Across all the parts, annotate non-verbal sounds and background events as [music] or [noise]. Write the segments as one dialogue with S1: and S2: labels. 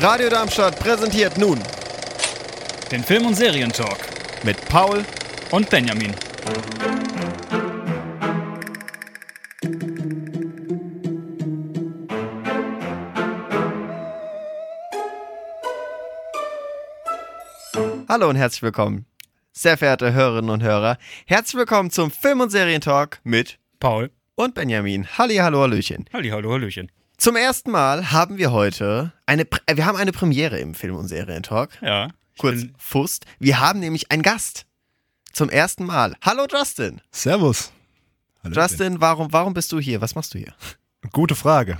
S1: Radio Darmstadt präsentiert nun
S2: Den Film- und Serientalk
S1: mit Paul.
S2: und Benjamin.
S1: Hallo und herzlich willkommen, sehr verehrte Hörerinnen und Hörer. Herzlich willkommen zum Film- und Serientalk mit
S2: Paul.
S1: und Benjamin. Halli, hallo, hallöchen.
S2: Halli, hallo, hallöchen.
S1: Zum ersten Mal haben wir heute eine, Pr- äh, wir haben eine Premiere im Film- und Serientalk.
S2: Ja. ich
S1: Kurz
S2: bin-
S1: Fust. Wir haben nämlich einen Gast. Zum ersten Mal. Hallo Justin.
S3: Servus. Hallo,
S1: Justin, warum, warum bist du hier? Was machst du hier?
S3: Ben. Gute Frage.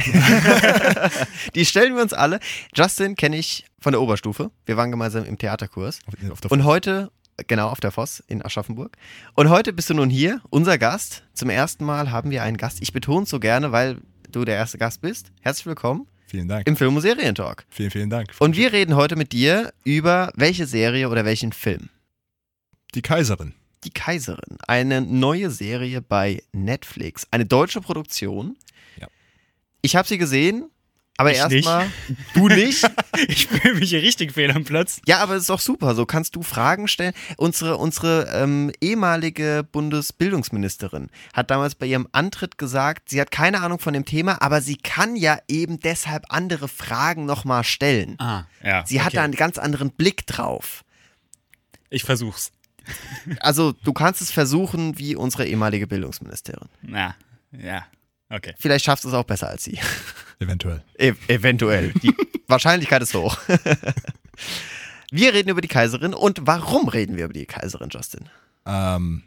S1: Die stellen wir uns alle. Justin kenne ich von der Oberstufe. Wir waren gemeinsam im Theaterkurs.
S3: Auf- auf der-
S1: Und heute, genau, auf der Voss in Aschaffenburg. Und heute bist du nun hier, unser Gast. Zum ersten Mal haben wir einen Gast. Ich betone es so gerne, weil du der erste Gast bist. Herzlich willkommen
S3: vielen Dank.
S1: im Film- und Serientalk.
S3: Vielen, vielen Dank.
S1: Und wir reden heute mit dir über welche Serie oder welchen Film?
S3: Die Kaiserin.
S1: Die Kaiserin. Eine neue Serie bei Netflix. Eine deutsche Produktion.
S3: Ja.
S1: Ich habe sie gesehen, aber
S2: Ich nicht. [laughs]
S1: erstmal. Du nicht?
S2: [laughs] Ich fühle mich hier richtig fehl am Platz.
S1: Ja, aber es ist auch super. So kannst du Fragen stellen. Unsere, unsere ähm, ehemalige Bundesbildungsministerin hat damals bei ihrem Antritt gesagt, sie hat keine Ahnung von dem Thema, aber sie kann ja eben deshalb andere Fragen nochmal stellen.
S2: Ah. Ja.
S1: Sie hat da einen ganz anderen Blick drauf.
S2: Ich versuch's.
S1: Also, du kannst es versuchen wie unsere ehemalige Bildungsministerin.
S2: Na. Ja. Okay.
S1: Vielleicht schaffst du es auch besser als [laughs] sie.
S3: Eventuell.
S1: E eventuell. Die [laughs] Wahrscheinlichkeit ist hoch. [laughs] Wir reden über die Kaiserin und warum reden wir über die Kaiserin, Justin?
S3: Ähm,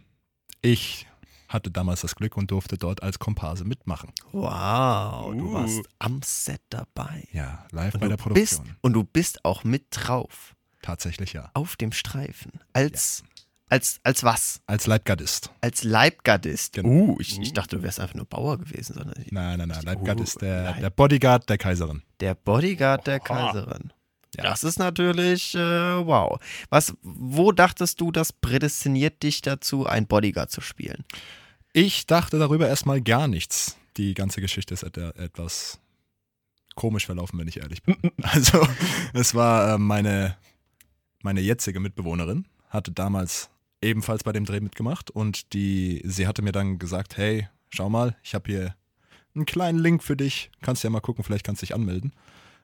S3: ich hatte damals das Glück und durfte dort als Komparse mitmachen.
S1: Wow, du
S2: Uh.
S1: warst am Set dabei.
S3: Ja, live
S1: Und
S3: bei
S1: du,
S3: der
S1: bist,
S3: Produktion.
S1: und du bist auch mit drauf
S3: Tatsächlich ja.
S1: auf dem Streifen. Als, als, als was?
S3: Als Leibgardist.
S1: Als Leibgardist.
S3: Genau.
S1: Uh, ich, ich dachte, du wärst einfach nur Bauer gewesen, sondern
S3: Nein, nein, nein.
S1: Oh,
S3: Leibgardist ist der,
S1: Leib-
S3: der Bodyguard der Kaiserin.
S1: der Bodyguard der
S2: Oha.
S1: Kaiserin.
S3: Ja.
S1: Das ist natürlich, äh, wow. Was, wo dachtest du, das prädestiniert dich dazu, ein Bodyguard zu spielen?
S3: Ich dachte darüber erstmal gar nichts. Die ganze Geschichte ist et- etwas komisch verlaufen, wenn ich ehrlich bin. Also, es war äh, meine, meine jetzige Mitbewohnerin, hatte damals ebenfalls bei dem Dreh mitgemacht und die, sie hatte mir dann gesagt, hey, schau mal, ich habe hier einen kleinen Link für dich, kannst ja mal gucken, vielleicht kannst du dich anmelden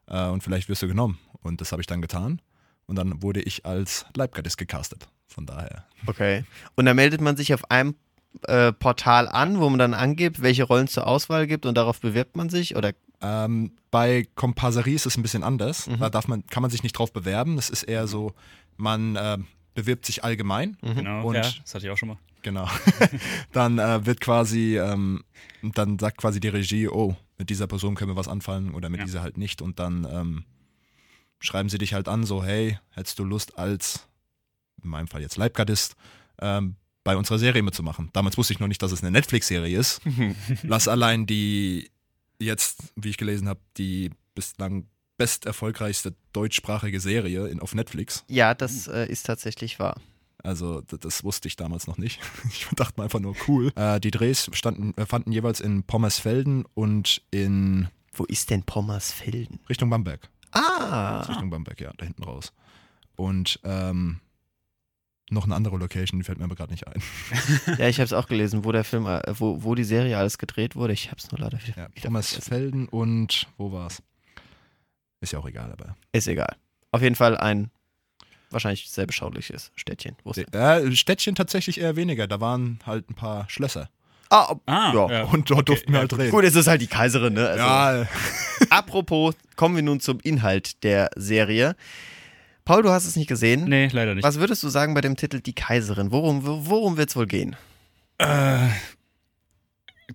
S3: äh, und vielleicht wirst du genommen. Und das habe ich dann getan und dann wurde ich als Leibgardist gecastet. Von daher,
S1: Okay. Und da meldet man sich auf einem äh, Portal an, wo man dann angibt, welche Rollen zur Auswahl gibt und darauf bewirbt man sich oder
S3: Ähm, bei Komparserie ist es ein bisschen anders.
S1: Mhm.
S3: Da darf man, kann man sich nicht drauf bewerben. Es ist eher so, man äh, bewirbt sich allgemein.
S2: Genau.
S3: Und-
S2: ja, das hatte ich auch schon mal.
S3: Genau. [laughs] dann äh, wird quasi, ähm, dann sagt quasi die Regie, oh, mit dieser Person können wir was anfangen oder mit
S2: Ja.
S3: dieser halt nicht. Und dann ähm, schreiben sie dich halt an, so, hey, hättest du Lust als, in meinem Fall jetzt Leibgardist, ähm, bei unserer Serie mitzumachen. Damals wusste ich noch nicht, dass es eine Netflix-Serie ist. Lass allein die jetzt, wie ich gelesen habe, die bislang besterfolgreichste deutschsprachige Serie in, auf Netflix.
S1: Ja, das äh, ist tatsächlich wahr.
S3: Also d- das wusste ich damals noch nicht. [laughs] Ich dachte mir einfach nur cool. Äh, die Drehs standen, äh, fanden jeweils in Pommersfelden und in
S1: Wo ist denn Pommersfelden?
S3: Richtung Bamberg.
S1: Ah!
S3: Richtung Bamberg, ja, da hinten raus. Und ähm, noch eine andere Location, die fällt mir aber
S1: [laughs]
S3: gerade nicht ein.
S1: [laughs] Ja, ich habe es auch gelesen, wo der Film, äh, wo, wo die Serie alles gedreht wurde. Ich habe es nur leider wieder.
S3: Ja,
S1: wieder vergessen.
S3: Pommersfelden und wo war's? Ist ja auch egal, aber.
S1: Ist egal. Auf jeden Fall ein wahrscheinlich sehr beschauliches Städtchen. Wo ist denn-
S3: Äh, Städtchen tatsächlich eher weniger. Da waren halt ein paar Schlösser.
S1: Ah, ob-
S2: Ah.
S1: Ja.
S3: Und dort durften wir
S2: ja,
S3: halt drehen.
S1: gut, es ist halt die Kaiserin, ne? Also,
S3: Ja,
S1: [laughs]
S3: äh,
S1: Apropos, kommen wir nun zum Inhalt der Serie. Paul, du hast es nicht gesehen.
S2: Nee, leider nicht.
S1: Was würdest du sagen bei dem Titel Die Kaiserin? Worum, wo- worum wird es wohl gehen?
S2: Äh,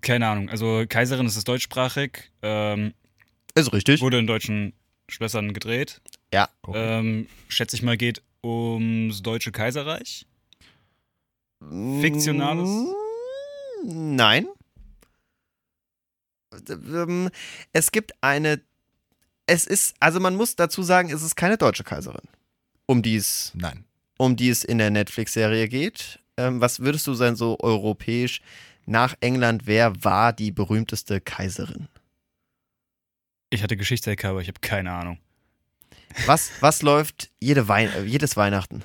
S2: keine Ahnung. Also Kaiserin ist es deutschsprachig. Ähm,
S1: Ist richtig.
S2: wurde in deutschen Schlössern gedreht.
S1: Ja.
S2: Ähm, schätze ich mal, geht ums Deutsche Kaiserreich. Fiktionales?
S1: Mm, Nein. Ähm, Es gibt eine. Es ist, also man muss dazu sagen, es ist keine deutsche Kaiserin, um die es,
S3: Nein.
S1: um die es in der Netflix-Serie geht. Ähm, was würdest du sein, so europäisch nach England, wer war die berühmteste Kaiserin?
S2: Ich hatte Geschichtslehrer, aber ich habe keine Ahnung.
S1: Was, was läuft jede Wei äh, jedes Weihnachten?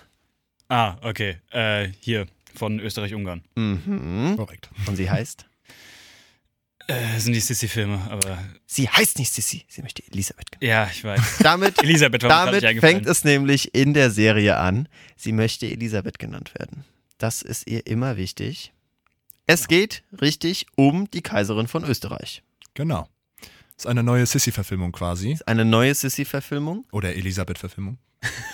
S2: Ah, okay. Äh, hier, von Österreich-Ungarn.
S1: Mhm.
S3: Korrekt.
S1: Und sie heißt?
S2: Äh, das sind die Sissy-Filme, aber
S1: Sie heißt nicht Sissy, sie möchte Elisabeth. genannt.
S2: ja, ich
S1: [laughs]
S2: weiß.
S1: Damit,
S2: Elisabeth war mir grad
S1: damit
S2: nicht eingefallen.
S1: fängt es nämlich in der Serie an. Sie möchte Elisabeth genannt werden. Das ist ihr immer wichtig. Es
S2: Genau.
S1: geht richtig um die Kaiserin von Österreich.
S3: Genau. Ist eine neue Sissy-Verfilmung quasi.
S1: Eine neue Sissy-Verfilmung. [laughs]
S3: Oder Elisabeth-Verfilmung.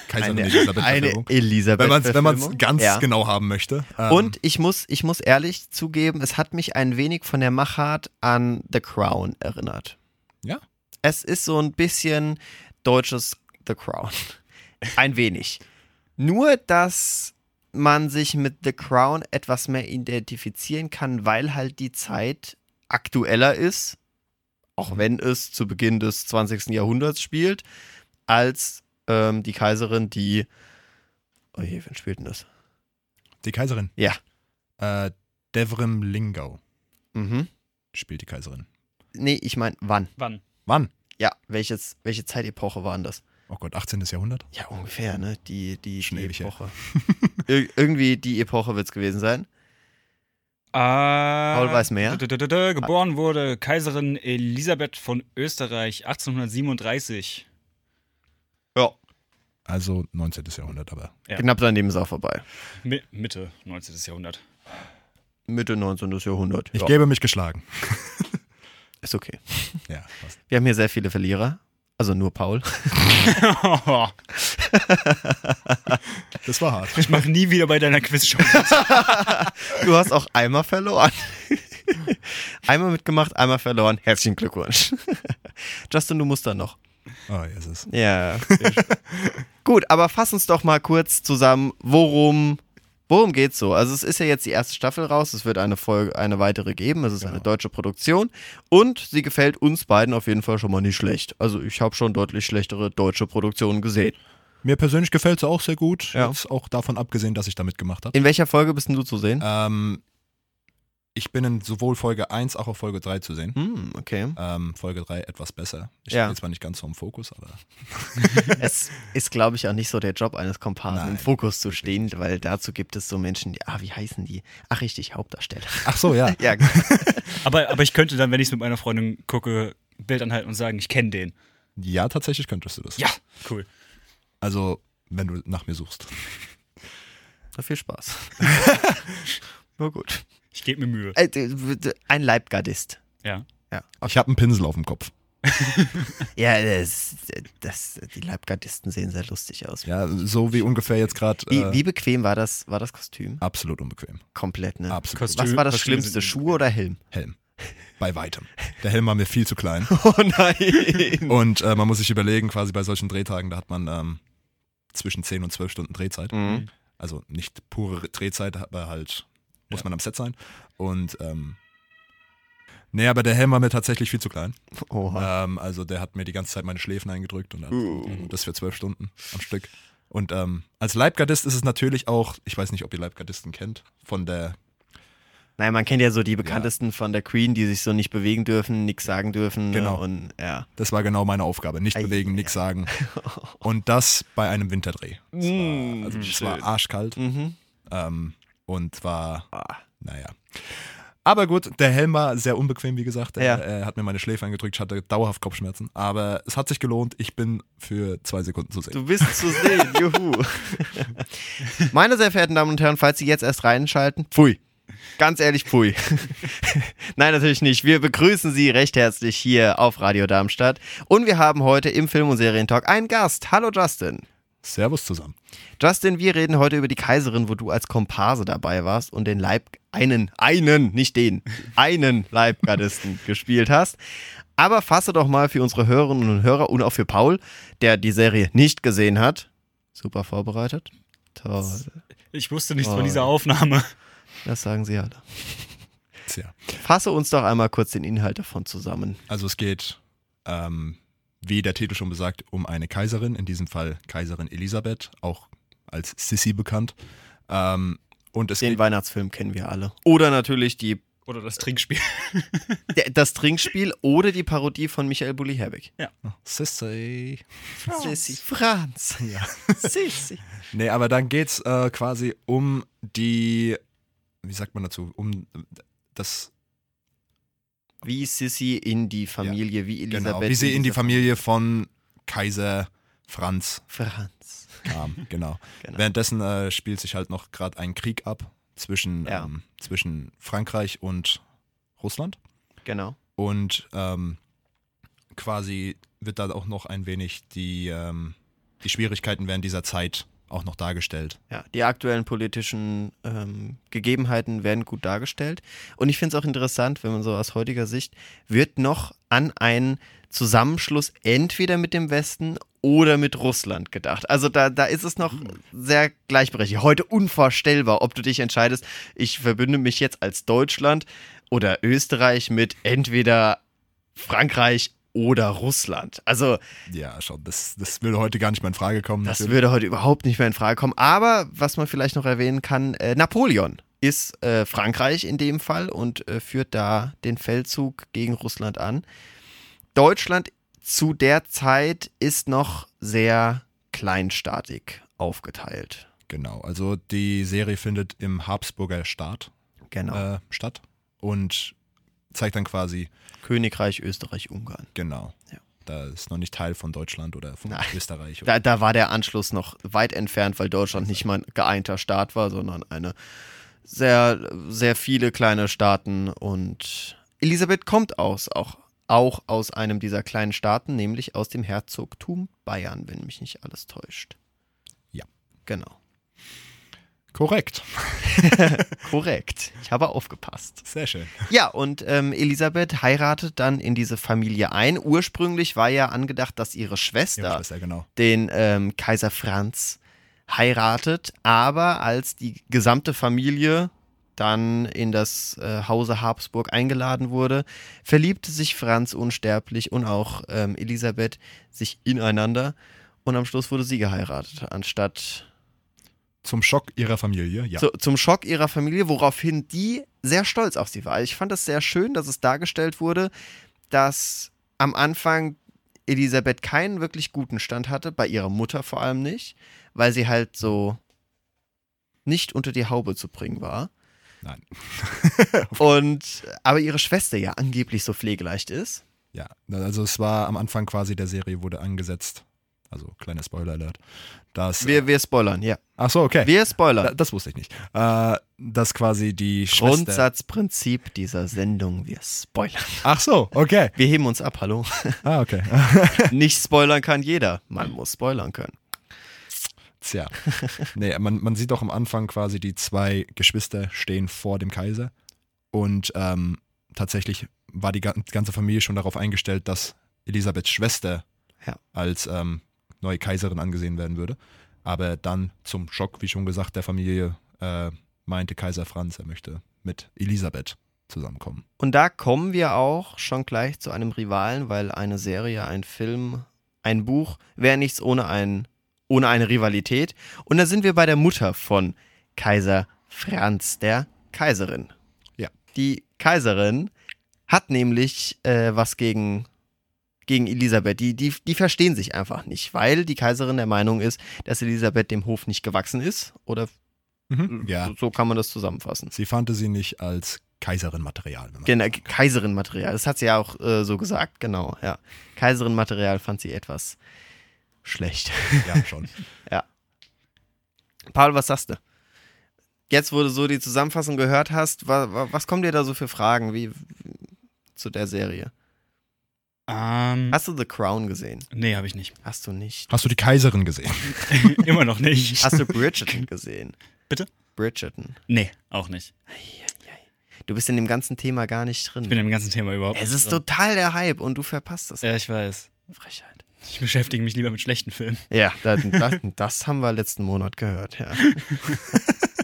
S3: Kaiserin
S1: Eine, eine
S3: Elisabeth-Verfilmung. Wenn man es
S1: Elisabeth-Verfilmung.
S3: wenn man's ganz
S1: ja.
S3: genau haben möchte. Ähm,
S1: Und ich muss, ich muss ehrlich zugeben, es hat mich ein wenig von der Machart an The Crown erinnert.
S3: Ja.
S1: Es ist so ein bisschen deutsches The Crown. [laughs] Ein wenig. Nur, dass man sich mit The Crown etwas mehr identifizieren kann, weil halt die Zeit aktueller ist, auch wenn es zu Beginn des 20. Jahrhunderts spielt, als ähm, die Kaiserin, die. Oh je, wann spielt denn das?
S3: die Kaiserin.
S1: Ja.
S3: Äh, Devrim Lingau
S1: Mhm.
S3: spielt die Kaiserin.
S1: Nee, ich meine, wann?
S2: Wann?
S3: Wann?
S1: Ja, welches, welche Zeitepoche waren das?
S3: Oh Gott, 18. Jahrhundert?
S1: Ja, ungefähr, ne? Die, die,
S3: Schon
S1: die
S3: ewig her.
S1: Epoche. Ir irgendwie die Epoche wird es gewesen sein.
S2: Ah,
S1: Paul weiß mehr.
S2: dö, dö, dö, dö, Geboren wurde Kaiserin Elisabeth von Österreich 1837.
S1: Ja.
S3: Also 19. Jahrhundert, aber
S2: Ja.
S1: Knapp daneben ist auch vorbei.
S2: Mi Mitte 19. Jahrhundert.
S1: [laughs] Mitte 19. Jahrhundert.
S3: ich
S1: ja,
S3: gäbe
S1: [laughs]
S3: mich geschlagen.
S1: ist okay.
S3: Ja, passt.
S1: Wir haben hier sehr viele Verlierer. Also nur Paul.
S3: Das war hart.
S1: [laughs]
S2: ich mach nie wieder bei deiner Quizshow. mit.
S1: [laughs] Du hast auch einmal verloren. [laughs] einmal mitgemacht, einmal verloren. Herzlichen Glückwunsch. [laughs] Justin, du musst da noch.
S3: Oh, Jesus.
S1: Ja. [laughs] Gut, aber fass uns doch mal kurz zusammen, worum, worum geht's so? Also es ist ja jetzt die erste Staffel raus, es wird eine Folge, eine weitere geben, es ist eine deutsche Produktion und sie gefällt uns beiden auf jeden Fall schon mal nicht schlecht. Also ich habe schon deutlich schlechtere deutsche Produktionen gesehen.
S3: Mir persönlich gefällt es auch sehr gut.
S1: Ja.
S3: Jetzt auch davon abgesehen, dass ich damit gemacht habe.
S1: In welcher Folge bist denn du zu sehen?
S3: Ähm, ich bin in sowohl Folge 1 auch auf Folge 3 zu sehen.
S1: Hm, [laughs] okay.
S3: Ähm, Folge 3 etwas besser. Ich
S1: Ja.
S3: bin jetzt zwar nicht ganz so im Fokus, aber
S1: es ist, glaube ich, auch nicht so der Job eines Komparsen im
S3: Nein,
S1: Fokus zu stehen, weil dazu gibt es so Menschen, die, ah, wie heißen die? Ach, richtig, Hauptdarsteller.
S3: Ach so, ja.
S1: [laughs] ja, genau.
S2: aber, aber ich könnte dann, wenn ich es mit meiner Freundin gucke, Bild anhalten und sagen, ich kenne den.
S3: ja, tatsächlich könntest du das.
S2: Ja, cool.
S3: Also, wenn du nach mir suchst.
S1: Na, viel [laughs] Spaß. Na gut.
S2: Ich gebe mir Mühe.
S1: Äh, d- d- Ein Leibgardist.
S2: Ja.
S3: Ich habe einen Pinsel auf dem Kopf.
S1: Ja, das, das, die Leibgardisten sehen sehr lustig aus.
S3: Ja, so wie ungefähr jetzt gerade.
S1: Wie,
S3: Äh,
S1: wie bequem war das, war das Kostüm?
S3: absolut unbequem.
S1: Komplett, ne?
S3: Absolut.
S2: Kostüm-
S1: Was war das
S2: Kostüme
S1: Schlimmste,
S2: sind-
S1: Schuhe oder Helm?
S3: Helm. Bei weitem. Der Helm war mir viel zu klein.
S1: Oh nein!
S3: Und äh, man muss sich überlegen, quasi bei solchen Drehtagen, da hat man ähm, zwischen 10 und 12 Stunden Drehzeit.
S1: Mhm.
S3: Also nicht pure Drehzeit, aber halt muss man am Set sein. Und ähm, nee, aber der Helm war mir tatsächlich viel zu klein.
S1: Oha.
S3: Ähm, also der hat mir die ganze Zeit meine Schläfen eingedrückt und alles. Und das für zwölf Stunden am Stück. Und ähm, als Leibgardist ist es natürlich auch, ich weiß nicht, ob ihr Leibgardisten kennt, von der,
S1: Nein, man kennt ja so die bekanntesten von der Queen, die sich so nicht bewegen dürfen, nichts sagen dürfen. ne?
S3: Genau.
S1: Und ja.
S3: das war genau meine Aufgabe, nicht
S1: Ei,
S3: bewegen,
S1: ja. [laughs]
S3: nichts sagen. Und das bei einem Winterdreh. Es war, also es war
S2: schön.
S3: arschkalt
S1: Mhm.
S3: ähm, und war,
S1: Ah.
S3: naja. Aber gut, der Helm war sehr unbequem, wie gesagt.
S1: Ja.
S3: Er, er hat mir meine Schläfe eingedrückt, ich hatte dauerhaft Kopfschmerzen. Aber es hat sich gelohnt, ich bin für zwei Sekunden zu sehen.
S1: Du bist zu [laughs] sehen, juhu. Meine sehr verehrten Damen und Herren, falls Sie jetzt erst reinschalten, pfui. Ganz ehrlich, pfui. [laughs] Nein, natürlich nicht. Wir begrüßen Sie recht herzlich hier auf Radio Darmstadt. Und wir haben heute im Film- und Serientalk einen Gast. Hallo Justin.
S3: Servus zusammen.
S1: Justin, wir reden heute über die Kaiserin, wo du als Komparse dabei warst und den Leib einen, einen, nicht den, einen [laughs] Leibgardisten gespielt hast. Aber fasse doch mal für unsere Hörerinnen und Hörer und auch für Paul, der die Serie nicht gesehen hat. Super vorbereitet. Toll.
S2: Ich wusste nichts von
S1: Oh.
S2: dieser Aufnahme.
S1: Das sagen sie alle.
S3: Tja.
S1: Fasse uns doch einmal kurz den Inhalt davon zusammen.
S3: Also es geht, ähm, wie der Titel schon besagt, um eine Kaiserin, in diesem Fall Kaiserin Elisabeth, auch als Sissy bekannt. Ähm, und es
S1: Den
S3: geht,
S1: Weihnachtsfilm kennen wir alle. Äh. Oder natürlich die
S2: Oder das Trinkspiel.
S1: Der- Das Trinkspiel oder die Parodie von Michael Bulli-Herbig.
S3: Ah. Sissy.
S1: Sissi Franz. [laughs]
S3: Ja.
S1: Sissi.
S3: Nee, aber dann geht's äh, quasi um die, wie sagt man dazu, um das,
S1: Wie Sissi in die Familie, wie Elisabeth.
S3: genau, wie sie in die Familie von Kaiser Franz
S1: Franz.
S3: kam, [laughs] genau.
S1: Genau.
S3: Währenddessen äh, spielt sich halt noch gerade ein Krieg ab zwischen,
S1: Ja.
S3: ähm, zwischen Frankreich und Russland.
S1: Genau.
S3: Und ähm, quasi wird dann auch noch ein wenig die, ähm, die Schwierigkeiten während dieser Zeit auch noch dargestellt.
S1: Ja, die aktuellen politischen ähm, Gegebenheiten werden gut dargestellt. Und ich finde es auch interessant, wenn man so aus heutiger Sicht, wird noch an einen Zusammenschluss entweder mit dem Westen oder mit Russland gedacht. Also da, da ist es noch sehr gleichberechtigt. Heute unvorstellbar, ob du dich entscheidest, ich verbünde mich jetzt als Deutschland oder Österreich mit entweder Frankreich oder Russland. Also
S3: Ja, schon, das, das würde heute gar nicht mehr in Frage kommen.
S1: das
S3: natürlich.
S1: würde heute überhaupt nicht mehr in Frage kommen. Aber was man vielleicht noch erwähnen kann, äh, Napoleon ist äh, Frankreich in dem Fall und äh, führt da den Feldzug gegen Russland an. Deutschland zu der Zeit ist noch sehr kleinstaatig aufgeteilt.
S3: Genau, also die Serie findet im Habsburger Staat
S1: Genau.
S3: äh, statt und zeigt dann quasi,
S1: Königreich Österreich-Ungarn.
S3: genau,
S1: Ja.
S3: da ist noch nicht Teil von Deutschland oder von
S1: Nein.
S3: Österreich. Oder,
S1: Da, da war der Anschluss noch weit entfernt, weil Deutschland nicht mal ein geeinter Staat war, sondern eine sehr, sehr viele kleine Staaten. Und Elisabeth kommt aus, auch, auch aus einem dieser kleinen Staaten, nämlich aus dem Herzogtum Bayern, wenn mich nicht alles täuscht.
S3: Ja.
S1: Genau.
S3: korrekt,
S1: Korrekt. Ich habe aufgepasst.
S3: sehr schön.
S1: Ja, und ähm, Elisabeth heiratet dann in diese Familie ein. Ursprünglich war ja angedacht, dass ihre Schwester
S3: Ja, Schwester, genau.
S1: den ähm, Kaiser Franz heiratet, aber als die gesamte Familie dann in das äh, Hause Habsburg eingeladen wurde, verliebte sich Franz unsterblich und auch ähm, Elisabeth sich ineinander und am Schluss wurde sie geheiratet, anstatt
S3: Zum Schock ihrer Familie, ja.
S1: zu, zum Schock ihrer Familie, woraufhin die sehr stolz auf sie war. Also Ich fand das sehr schön, dass es dargestellt wurde, dass am Anfang Elisabeth keinen wirklich guten Stand hatte, bei ihrer Mutter vor allem nicht, weil sie halt so nicht unter die Haube zu bringen war.
S3: Nein.
S1: [laughs] Und aber ihre Schwester ja angeblich so pflegeleicht ist.
S3: Ja, also es war am Anfang quasi der Serie wurde angesetzt. Also kleiner Spoiler-Alert. Dass.
S1: Wir, wir spoilern, ja.
S3: ach so, okay.
S1: Wir
S3: Da-
S1: spoilern.
S3: das wusste ich nicht. Äh, dass quasi die Schwester.
S1: Grundsatzprinzip dieser Sendung, wir spoilern.
S3: Ach so, okay.
S1: Wir heben uns ab, hallo.
S3: Ah, okay.
S1: Nicht spoilern kann jeder. Man muss spoilern können.
S3: Tja. Nee, man, man sieht auch am Anfang quasi die zwei Geschwister stehen vor dem Kaiser. Und ähm, tatsächlich war die ga- ganze Familie schon darauf eingestellt, dass Elisabeths Schwester
S1: Ja.
S3: als ähm, neue Kaiserin angesehen werden würde. Aber dann zum Schock, wie schon gesagt, der Familie äh, meinte Kaiser Franz, er möchte mit Elisabeth zusammenkommen.
S1: Und da kommen wir auch schon gleich zu einem Rivalen, weil eine Serie, ein Film, ein Buch wäre nichts ohne, ein, ohne eine Rivalität. Und da sind wir bei der Mutter von Kaiser Franz, der Kaiserin.
S3: Ja.
S1: Die Kaiserin hat nämlich äh, was gegen, gegen Elisabeth. Die, die, die verstehen sich einfach nicht, weil die Kaiserin der Meinung ist, dass Elisabeth dem Hof nicht gewachsen ist. Oder
S3: Ja,
S1: so, so kann man das zusammenfassen.
S3: sie fand sie nicht als Kaiserin-Material. wenn man-
S1: Genau, Kaiserin-Material. Das hat sie ja auch äh, so gesagt, genau, ja. Kaiserin-Material fand sie etwas schlecht. [laughs]
S3: Ja, schon.
S1: Paul, was sagst du? Jetzt, wo du so die Zusammenfassung gehört hast, wa wa was kommen dir da so für Fragen wie, zu der Serie?
S2: Ähm,
S1: Hast du The Crown gesehen?
S2: nee, habe
S1: [laughs]
S2: ich nicht. [laughs]
S1: Hast du nicht.
S3: Hast du die Kaiserin gesehen?
S2: Immer noch nicht. [laughs]
S1: Hast du Bridgerton gesehen?
S2: Bitte?
S1: Bridgerton.
S2: Nee, auch nicht.
S1: Du bist in dem ganzen Thema gar nicht drin.
S2: Ich bin im ganzen Thema überhaupt
S1: es
S2: nicht
S1: ist
S2: drin.
S1: total der Hype und du verpasst das.
S2: Ja, ich weiß.
S1: Frechheit.
S2: Ich beschäftige mich lieber mit schlechten Filmen.
S1: Ja, [laughs] das, das, das haben wir letzten Monat gehört,
S3: [laughs]
S1: ja.
S3: Äh.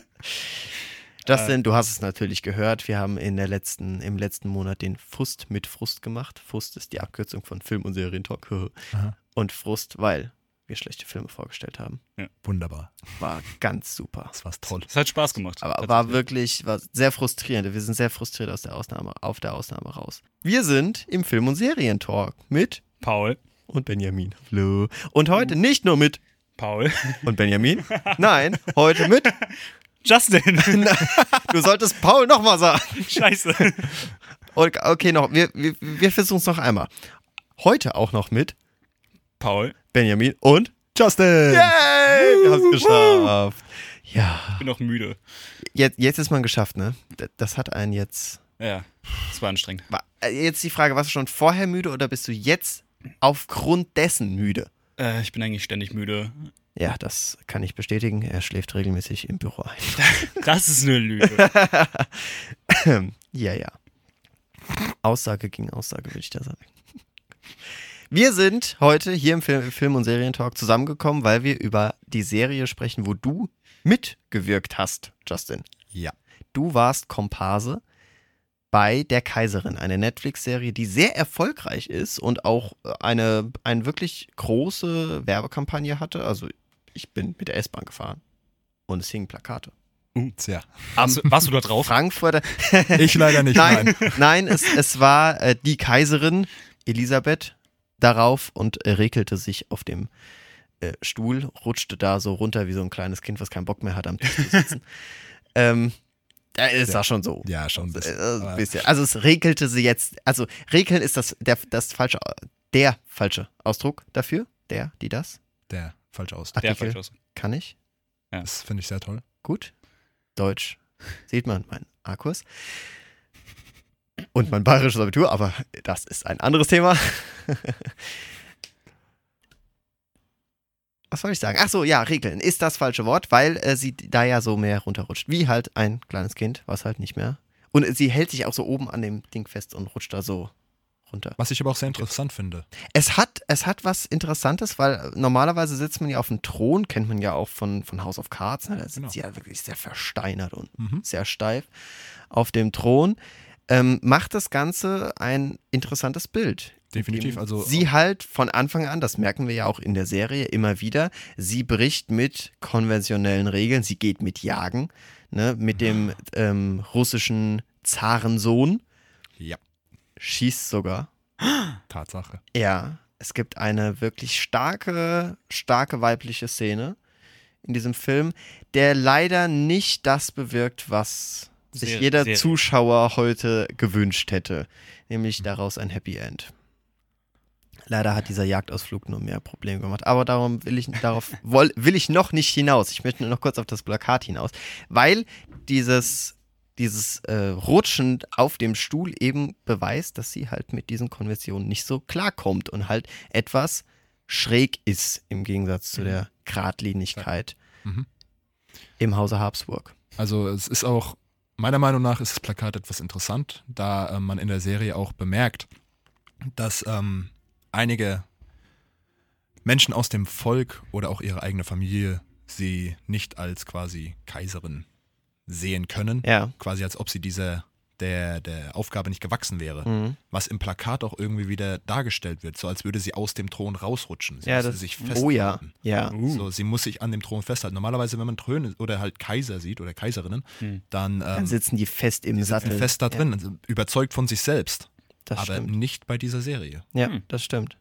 S1: Justin, du hast es natürlich gehört. Wir haben in der letzten, im letzten Monat den Frust [laughs] mit Frust gemacht. Frust ist die Abkürzung von Film- und Serientalk.
S3: Aha.
S1: Und Frust, weil wir schlechte Filme vorgestellt haben.
S3: Wunderbar.
S1: War ganz super.
S3: Das war's toll.
S2: Es hat Spaß gemacht.
S1: Aber
S2: Hat-
S1: war wirklich war sehr frustrierend. Wir sind sehr frustriert aus der Ausnahme, auf der Ausnahme raus. Wir sind im Film- und Serientalk mit
S2: Paul.
S1: und Benjamin. Hallo. Und heute
S3: Mhm.
S1: nicht nur mit
S2: Paul. [laughs]
S1: und Benjamin. Nein, heute mit. [laughs]
S2: Justin.
S1: Du solltest Paul nochmal sagen.
S2: Scheiße.
S1: Okay, okay, noch. Wir, wir, wir versuchen es noch einmal. Heute auch noch mit
S2: Paul.
S1: Benjamin und.
S3: Justin!
S1: Yay! Wir haben es geschafft. Ja.
S2: Ich bin auch müde.
S1: Jetzt, jetzt ist man geschafft, ne? D- Das hat einen jetzt.
S2: Ja, es war anstrengend.
S1: Wa- äh, Jetzt die Frage: Warst du schon vorher müde oder bist du jetzt aufgrund dessen müde?
S2: Äh, ich bin eigentlich ständig müde.
S1: Ja, das kann ich bestätigen. Er schläft regelmäßig im Büro ein.
S2: Das ist
S1: [laughs]
S2: eine Lüge.
S1: Ja, ja. Aussage gegen Aussage, würde ich da sagen. Wir sind heute hier im Film, Film- und Serientalk zusammengekommen, weil wir über die Serie sprechen, wo du mitgewirkt hast, Justin.
S3: Ja.
S1: Du warst Komparse bei Der Kaiserin, eine Netflix-Serie, die sehr erfolgreich ist und auch äh, eine, eine wirklich große Werbekampagne hatte. Also ich bin mit der S-Bahn gefahren und es hingen Plakate.
S3: Tja.
S2: Warst du, warst du da drauf?
S1: Frankfurter,
S3: Ich leider nicht.
S1: nein,
S3: Nein.
S1: [laughs] nein, es, es war äh, die Kaiserin Elisabeth darauf und äh, regelte sich auf dem äh, Stuhl, rutschte da so runter wie so ein kleines Kind, was keinen Bock mehr hat am Tisch zu
S3: [laughs]
S1: sitzen. ähm, da ist das schon so.
S3: Ja, schon ein bisschen.
S1: Äh,
S3: Aber-
S1: ein bisschen. Also es regelte sie jetzt. Also regeln ist das der das falsche der falsche Ausdruck dafür. Der, die das
S3: Der falsche Ausdruck.
S2: Der
S1: Artikel
S2: falsch aus.
S1: kann ich
S3: Das finde ich sehr toll.
S1: gut. Deutsch sieht man mein A-Kurs und mein bayerisches Abitur, aber das ist ein anderes Thema. [laughs] Was soll ich sagen? Ach so, ja, regeln ist das falsche Wort, weil äh, sie da ja so mehr runterrutscht. Wie halt ein kleines Kind, was halt nicht mehr. Und äh, sie hält sich auch so oben an dem Ding fest und rutscht da so runter.
S3: Was ich aber auch sehr interessant finde.
S1: Es hat, es hat was Interessantes, weil normalerweise sitzt man ja auf dem Thron, kennt man ja auch von, von House of Cards. Ne? Da sind
S3: Genau.
S1: sie ja wirklich sehr versteinert und
S3: Mhm.
S1: sehr steif auf dem Thron. Ähm, macht das Ganze ein interessantes Bild.
S3: Definitiv,
S1: Indem
S3: also-
S1: Sie halt von Anfang an, das merken wir ja auch in der Serie immer wieder, sie bricht mit konventionellen Regeln, sie geht mit Jagen, ne? mit dem ähm, russischen Zarensohn,
S3: Ja.
S1: schießt sogar.
S3: Tatsache.
S1: Ja, es gibt eine wirklich starke, starke weibliche Szene in diesem Film, der leider nicht das bewirkt, was sich
S2: Ser-
S1: jeder
S2: Serie.
S1: Zuschauer heute gewünscht hätte, nämlich daraus ein Happy End. Leider hat dieser Jagdausflug nur mehr Probleme gemacht, aber darum will ich
S2: [laughs]
S1: darauf woll, will ich noch nicht hinaus. Ich möchte nur noch kurz auf das Plakat hinaus, weil dieses dieses äh, Rutschen auf dem Stuhl eben beweist, dass sie halt mit diesen Konventionen nicht so klarkommt und halt etwas schräg ist im Gegensatz zu der Gradlinigkeit
S3: Mhm.
S1: im Hause Habsburg.
S3: Also es ist auch, meiner Meinung nach ist das Plakat etwas interessant, da äh, man in der Serie auch bemerkt, dass ähm, einige Menschen aus dem Volk oder auch ihre eigene Familie sie nicht als quasi Kaiserin sehen können.
S1: Ja.
S3: Quasi als ob sie dieser der, der Aufgabe nicht gewachsen wäre.
S1: Mhm.
S3: Was im Plakat auch irgendwie wieder dargestellt wird, so als würde sie aus dem Thron rausrutschen. Sie
S1: ja
S3: müsste
S1: das,
S3: sich
S1: oh ja,
S3: festhalten.
S1: ja.
S2: Uh.
S3: So, sie muss sich an dem Thron festhalten. Normalerweise, wenn man Tröne oder halt Kaiser sieht oder Kaiserinnen,
S2: Hm.
S3: dann, ähm,
S1: Dann sitzen die fest im
S3: die sitzen
S1: Sattel.
S3: fest da drin, also überzeugt von sich selbst,
S1: Das
S3: aber
S1: stimmt.
S3: nicht bei dieser Serie.
S1: Ja,
S2: Hm.
S1: das stimmt.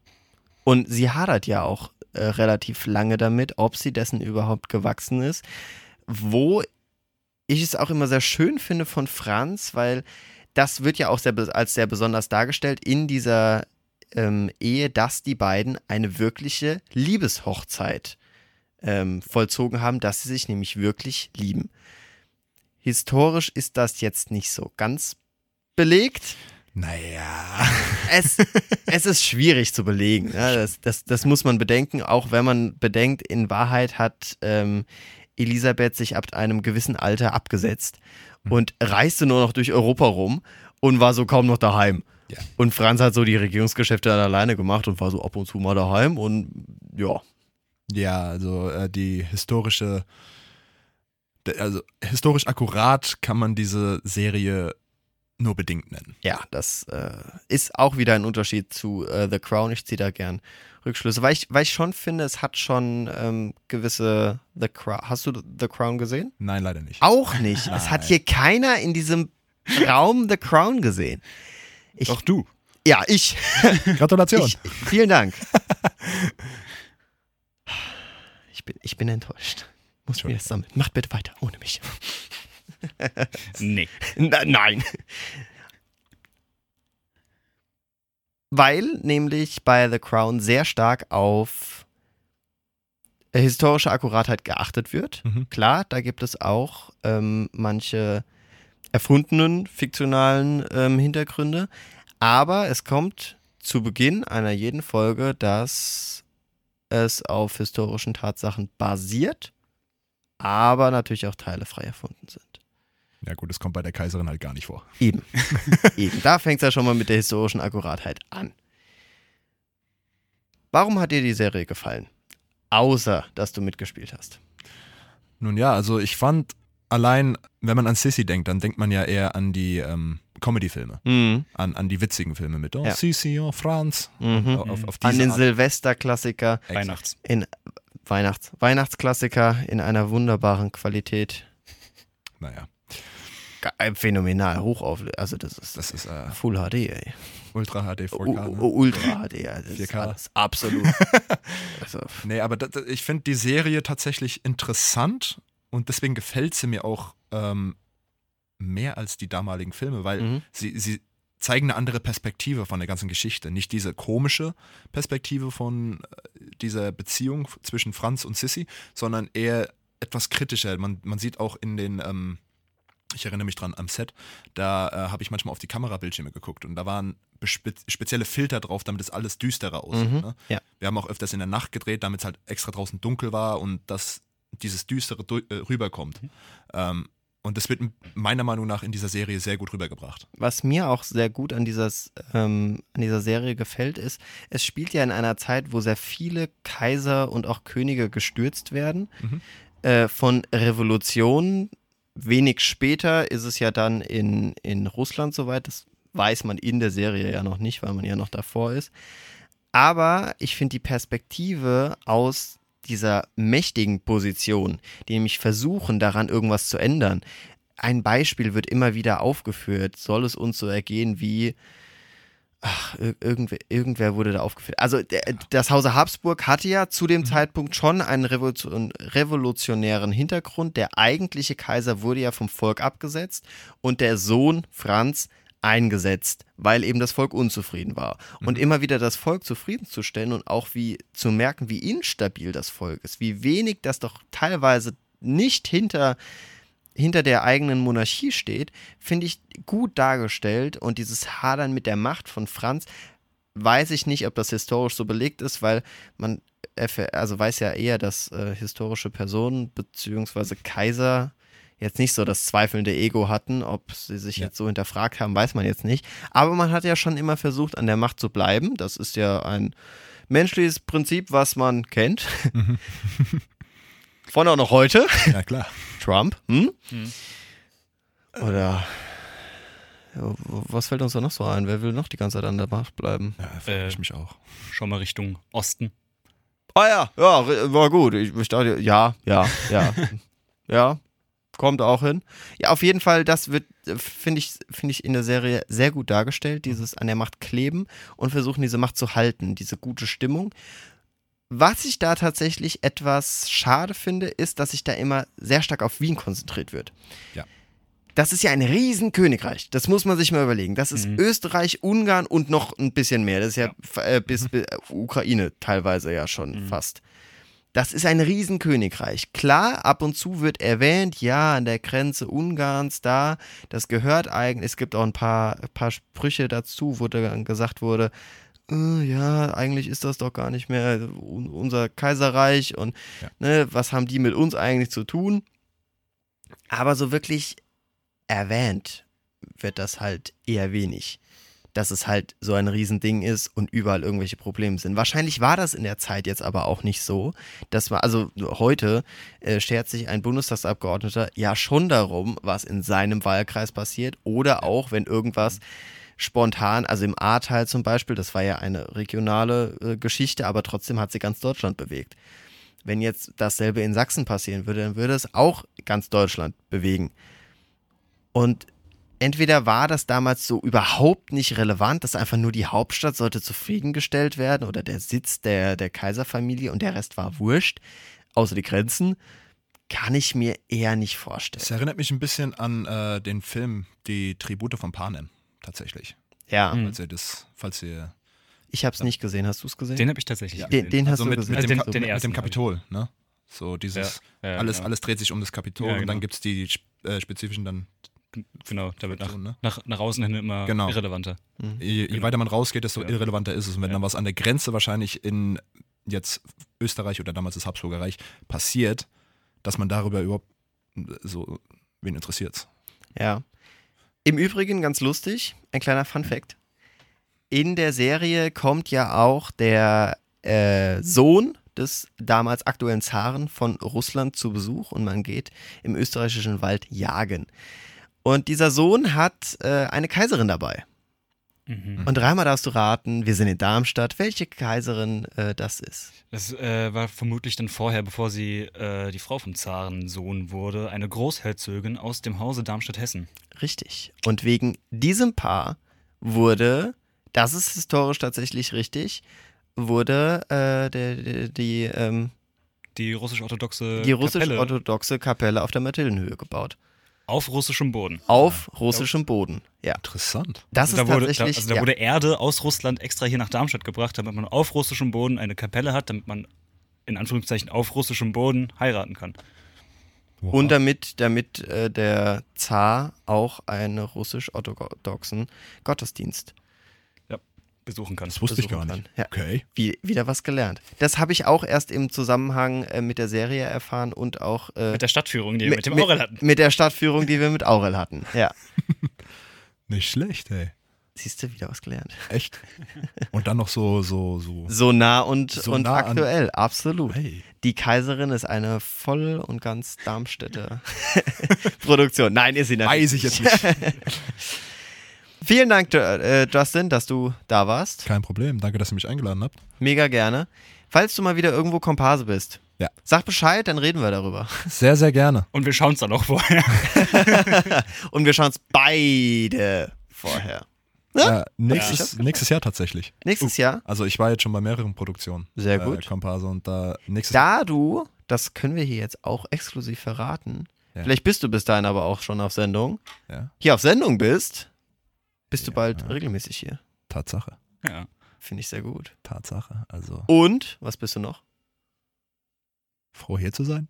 S1: Und sie hadert ja auch äh, relativ lange damit, ob sie dessen überhaupt gewachsen ist. Wo ich es auch immer sehr schön finde von Franz, weil das wird ja auch sehr, bes- als sehr besonders dargestellt in dieser ähm, Ehe, dass die beiden eine wirkliche Liebeshochzeit ähm, vollzogen haben, dass sie sich nämlich wirklich lieben. Historisch ist das jetzt nicht so ganz belegt
S3: Naja, [laughs]
S1: es, es ist schwierig zu belegen. Ne? Das, das, das muss man bedenken, auch wenn man bedenkt, in Wahrheit hat ähm, Elisabeth sich ab einem gewissen Alter abgesetzt und reiste nur noch durch Europa rum und war so kaum noch daheim.
S3: Ja.
S1: Und Franz hat so die Regierungsgeschäfte dann alleine gemacht und war so ab und zu mal daheim und ja.
S3: ja, also äh, die historische, de- also historisch akkurat kann man diese Serie nur bedingt nennen.
S1: Ja, das äh, ist auch wieder ein Unterschied zu äh, The Crown. Ich ziehe da gern Rückschlüsse, weil ich, weil ich schon finde, es hat schon ähm, gewisse The Crown. Hast du The Crown gesehen?
S3: Nein, leider nicht.
S1: Auch nicht. Es hat hier keiner in diesem Raum The Crown gesehen. Ich,
S2: Doch du.
S1: Ja, [laughs] ich.
S3: Gratulation.
S1: [laughs] ich. Vielen Dank. Ich bin, ich bin enttäuscht. Muss mir das sammeln. Macht bitte weiter, ohne mich.
S2: Nee.
S1: [laughs] Na, nein. Weil nämlich bei The Crown sehr stark auf historische Akkuratheit geachtet wird.
S3: Mhm.
S1: Klar, da gibt es auch ähm, manche erfundenen, fiktionalen ähm, Hintergründe. Aber es kommt zu Beginn einer jeden Folge, dass es auf historischen Tatsachen basiert, aber natürlich auch Teile frei erfunden sind.
S3: Ja gut, das kommt bei der Kaiserin halt gar nicht vor. [laughs]
S1: Eben. Eben. Da fängt es ja schon mal mit der historischen Akkuratheit an. Warum hat dir die Serie gefallen? Außer, dass du mitgespielt hast.
S3: Nun ja, also ich fand allein, wenn man an Sissy denkt, dann denkt man ja eher an die ähm, Comedy-Filme, an, an die witzigen Filme mit oh,
S1: Ja.
S3: Sissy, oh, Franz.
S1: Mhm.
S3: Auf, auf diese
S1: An den
S3: Art.
S1: Silvesterklassiker,
S3: Exakt.
S2: Weihnachts.
S1: in Weihnachts Weihnachtsklassiker in einer wunderbaren Qualität.
S3: Naja,
S1: Ge- äh, Phänomenal, hochauflösend. Also, das ist
S3: das ist äh,
S1: Full HD, ey.
S3: Ultra HD
S1: U
S3: 4K. Ne?
S1: U Ultra HD, ja, das
S3: 4K.
S1: ist alles absolut. also,
S3: Nee, aber da- da- ich finde die Serie tatsächlich interessant und deswegen gefällt sie mir auch ähm, mehr als die damaligen Filme, weil
S1: mhm.
S3: sie, sie zeigen eine andere Perspektive von der ganzen Geschichte. Nicht diese komische Perspektive von äh, dieser Beziehung f- zwischen Franz und Sissy, sondern eher etwas kritischer. Man, man sieht auch in den, ähm, ich erinnere mich dran, am Set, da äh, habe ich manchmal auf die Kamerabildschirme geguckt und da waren bespe spezielle Filter drauf, damit es alles düsterer aussieht.
S1: Mhm,
S3: Ne?
S1: ja.
S3: Wir haben auch öfters in der Nacht gedreht, damit es halt extra draußen dunkel war und dass dieses Düstere du- äh, rüberkommt.
S1: Mhm.
S3: Ähm, und das wird m- meiner Meinung nach in dieser Serie sehr gut rübergebracht.
S1: was mir auch sehr gut an, dieses, ähm, an dieser Serie gefällt, ist, es spielt ja in einer Zeit, wo sehr viele Kaiser und auch Könige gestürzt werden.
S3: Mhm.
S1: Äh, von Revolutionen. Wenig später ist es ja dann in, in Russland soweit. Das weiß man in der Serie ja noch nicht, weil man ja noch davor ist. Aber ich finde die Perspektive aus dieser mächtigen Position, die nämlich versuchen, daran irgendwas zu ändern, ein Beispiel wird immer wieder aufgeführt. Soll es uns so ergehen wie. Ach, ir- irgendwer, irgendwer wurde da aufgeführt. Also der, das Hause Habsburg hatte ja zu dem Zeitpunkt schon einen Revolution, revolutionären Hintergrund. Der eigentliche Kaiser wurde ja vom Volk abgesetzt und der Sohn Franz eingesetzt, weil eben das Volk unzufrieden war. Und immer wieder das Volk zufriedenzustellen und auch wie zu merken, wie instabil das Volk ist, wie wenig das doch teilweise nicht hinter hinter der eigenen Monarchie steht, finde ich gut dargestellt. Und dieses Hadern mit der Macht von Franz, weiß ich nicht, ob das historisch so belegt ist, weil man erfähr- also weiß ja eher, dass äh, historische Personen bzw. Kaiser jetzt nicht so das zweifelnde Ego hatten, ob sie sich
S3: Ja.
S1: jetzt so hinterfragt haben, weiß man jetzt nicht. Aber man hat ja schon immer versucht, an der Macht zu bleiben. Das ist ja ein menschliches Prinzip, was man kennt. [laughs] Von auch noch heute.
S3: Ja, klar.
S1: Trump, hm?
S2: Hm.
S1: Oder ja, w- was fällt uns da noch so ein? Wer will noch die ganze Zeit an der Macht bleiben?
S3: Ja, frage
S2: Äh.
S3: ich mich auch.
S2: Schon mal Richtung Osten.
S1: Ah ja, ja, re- war gut. Ich, ich dachte, ja, ja, ja. ja, kommt auch hin. Ja, auf jeden Fall, das wird, äh, finde ich, finde ich in der Serie sehr gut dargestellt, dieses an der Macht kleben und versuchen, diese Macht zu halten, diese gute Stimmung. Was ich da tatsächlich etwas schade finde, ist, dass sich da immer sehr stark auf Wien konzentriert wird.
S3: Ja.
S1: Das ist ja ein riesen Königreich. Das muss man sich mal überlegen. Das ist
S2: Mhm.
S1: Österreich, Ungarn und noch ein bisschen mehr. Das ist ja, Äh, bis, bis Ukraine teilweise ja schon
S2: Mhm.
S1: fast. Das ist ein Riesenkönigreich. Klar, ab und zu wird erwähnt, ja, an der Grenze Ungarns, da, das gehört eigentlich. Es gibt auch ein paar, paar Sprüche dazu, wo dann gesagt wurde, äh, ja, eigentlich ist das doch gar nicht mehr un unser Kaiserreich und
S3: Ja.
S1: ne, was haben die mit uns eigentlich zu tun? Aber so wirklich erwähnt wird das halt eher wenig. dass es halt so ein Riesending ist und überall irgendwelche Probleme sind. Wahrscheinlich war das in der Zeit jetzt aber auch nicht so. Das war, also heute äh, schert sich ein Bundestagsabgeordneter ja schon darum, was in seinem Wahlkreis passiert oder auch, wenn irgendwas spontan, also im Ahrtal zum Beispiel, das war ja eine regionale äh, Geschichte, aber trotzdem hat sie ganz Deutschland bewegt. Wenn jetzt dasselbe in Sachsen passieren würde, dann würde es auch ganz Deutschland bewegen. Und entweder war das damals so überhaupt nicht relevant, dass einfach nur die Hauptstadt sollte zufriedengestellt werden oder der Sitz der, der Kaiserfamilie und der Rest war wurscht, außer die Grenzen, kann ich mir eher nicht vorstellen.
S3: Es erinnert mich ein bisschen an äh, den Film Die Tribute von Panem, tatsächlich.
S1: Ja,
S2: Mhm.
S3: Falls ihr das, falls ihr.
S1: ich habe es nicht gesehen. Hast du es gesehen?
S2: Den habe ich tatsächlich
S3: Ja.
S1: den,
S2: gesehen.
S1: den hast
S3: also
S1: du
S3: mit,
S1: gesehen.
S3: mit,
S2: Also
S3: dem,
S2: den-
S3: Kap-
S2: den
S3: mit
S2: ersten
S3: dem
S2: hab ich.
S3: Kapitol, ne? So dieses,
S2: Ja, ja,
S3: alles,
S2: ja.
S3: alles dreht sich um das Kapitol
S2: Ja,
S3: und
S2: genau.
S3: dann gibt es die äh, spezifischen dann
S2: Genau, da wird nach,
S3: Aktionen, ne?
S2: nach, nach außen hin immer
S3: Genau.
S2: irrelevanter.
S3: Je, je
S2: Genau.
S3: weiter man rausgeht, desto
S2: Ja.
S3: irrelevanter ist es. Und wenn dann was an der Grenze wahrscheinlich in jetzt Österreich oder damals das Habsburgerreich passiert, dass man darüber überhaupt äh, so, wen interessiert.
S1: Ja. Im Übrigen ganz lustig, ein kleiner Fun Fact. In der Serie kommt ja auch der äh, Sohn des damals aktuellen Zaren von Russland zu Besuch und man geht im österreichischen Wald jagen. Und dieser Sohn hat äh, eine Kaiserin dabei.
S2: Mhm.
S1: Und dreimal darfst du raten, wir sind in Darmstadt, welche Kaiserin äh, das ist.
S2: Das äh, war vermutlich dann vorher, bevor sie äh, die Frau vom Zarensohn wurde, eine Großherzogin aus dem Hause Darmstadt-Hessen.
S1: Richtig. Und wegen diesem Paar wurde, das ist historisch tatsächlich richtig, wurde äh, der, der, die, ähm,
S2: Die russisch-orthodoxe
S1: die
S2: Äh, Kapelle
S1: russisch-orthodoxe Kapelle auf der Mathildenhöhe gebaut.
S2: auf russischem Boden.
S1: Auf russischem Boden. Ja.
S3: Interessant.
S1: Das ist
S2: da wurde, da,
S1: tatsächlich.
S2: also da
S1: ja.
S2: wurde Erde aus Russland extra hier nach Darmstadt gebracht, damit man auf russischem Boden eine Kapelle hat, damit man in Anführungszeichen auf russischem Boden heiraten kann.
S1: Und damit, damit äh, der Zar auch einen russisch-orthodoxen Gottesdienst
S2: Besuchen kann.
S3: das wusste ich gar
S1: besuchen
S3: nicht.
S1: kann. Ja.
S3: Okay.
S1: Wie, wieder was gelernt. Das habe ich auch erst im Zusammenhang äh, mit der Serie erfahren und auch äh,
S2: Mit der Stadtführung, die wir mit dem Aurel hatten.
S1: Mit der Stadtführung, die wir mit Aurel hatten. Ja.
S3: Nicht schlecht, ey.
S1: Siehst du, wieder was gelernt.
S3: Echt? Und dann noch so, so, so.
S1: So nah und,
S3: So
S1: und
S3: nah an-
S1: aktuell, absolut.
S3: Hey.
S1: Die Kaiserin ist eine voll und ganz Darmstädter [laughs] Produktion. Nein, ist sie natürlich.
S3: Weiß ich jetzt nicht.
S1: Vielen Dank, Ju- äh, Justin, dass du da warst.
S3: Kein Problem. Danke, dass ihr mich eingeladen habt.
S1: Mega gerne. Falls du mal wieder irgendwo Komparse bist,
S3: Ja.
S1: sag Bescheid, dann reden wir darüber.
S3: Sehr, sehr gerne.
S2: Und wir schauen es dann auch vorher. [laughs]
S1: Und wir schauen es beide vorher.
S3: Äh,
S1: ich hab's
S3: nächstes, nächstes Jahr tatsächlich.
S1: Nächstes Jahr,
S3: Also ich war jetzt schon bei mehreren Produktionen.
S1: Sehr gut.
S3: Äh, Komparse und da nächstes
S1: da du, das können wir hier jetzt auch exklusiv verraten,
S3: Ja.
S1: vielleicht bist du bis dahin aber auch schon auf Sendung,
S3: Ja,
S1: hier auf Sendung bist, bist du
S3: Ja.
S1: bald regelmäßig hier.
S3: Tatsache.
S2: Ja.
S1: Finde ich sehr gut.
S3: Tatsache. Also
S1: Und, was bist du noch?
S3: froh hier zu sein.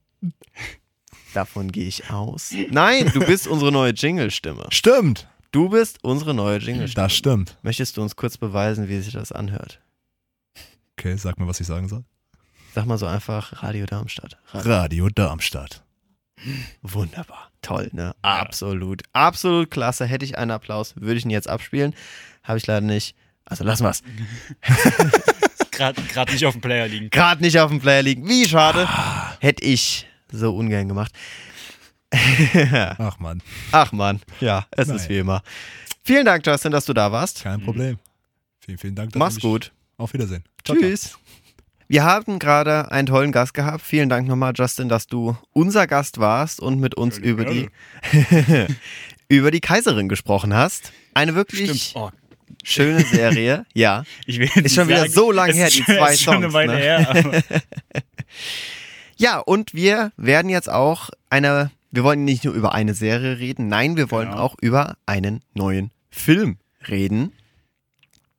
S1: Davon gehe ich aus. Nein, du bist unsere neue Jingle-Stimme.
S3: Stimmt.
S1: Du bist unsere neue Jingle-Stimme.
S3: Das stimmt.
S1: Möchtest du uns kurz beweisen, wie sich das anhört?
S3: Okay, sag mir, was ich sagen soll.
S1: Sag mal so einfach Radio Darmstadt. Radio.
S3: Radio Darmstadt.
S1: Wunderbar. Toll, ne? Absolut. Absolut klasse. Hätte ich einen Applaus, würde ich ihn jetzt abspielen. Habe ich leider nicht. Also lassen wir's.
S2: Gerade grad nicht auf dem Player liegen.
S1: Gerade nicht auf dem Player liegen. Wie schade. Hätte ich so ungern gemacht.
S3: Ach man,
S1: Ach man. Ja, es ist
S3: Nein.
S1: wie immer. Vielen Dank, Justin, dass du da warst.
S3: kein Problem. Vielen, vielen Dank. dass
S1: Mhm. Mach's
S3: ihr mich-
S1: gut.
S3: Auf Wiedersehen.
S1: Tschüss. Wir haben gerade einen tollen Gast gehabt. Vielen Dank nochmal, Justin, dass du unser Gast warst und mit uns über die, [laughs] über die Kaiserin gesprochen hast. Eine wirklich
S2: Stimmt. Oh,
S1: schöne Serie. Ja.
S2: ich will jetzt nicht
S1: schon wieder
S2: sagen,
S1: so lang
S2: es
S1: her,
S2: ist
S1: die
S2: schon- es
S1: zwei
S2: ist schon eine
S1: Songs,
S2: Weile
S1: ne?
S2: her, aber
S1: Ja, und wir werden jetzt auch eine, wir wollen nicht nur über eine Serie reden, nein, wir wollen
S2: Genau.
S1: auch über einen neuen Film reden.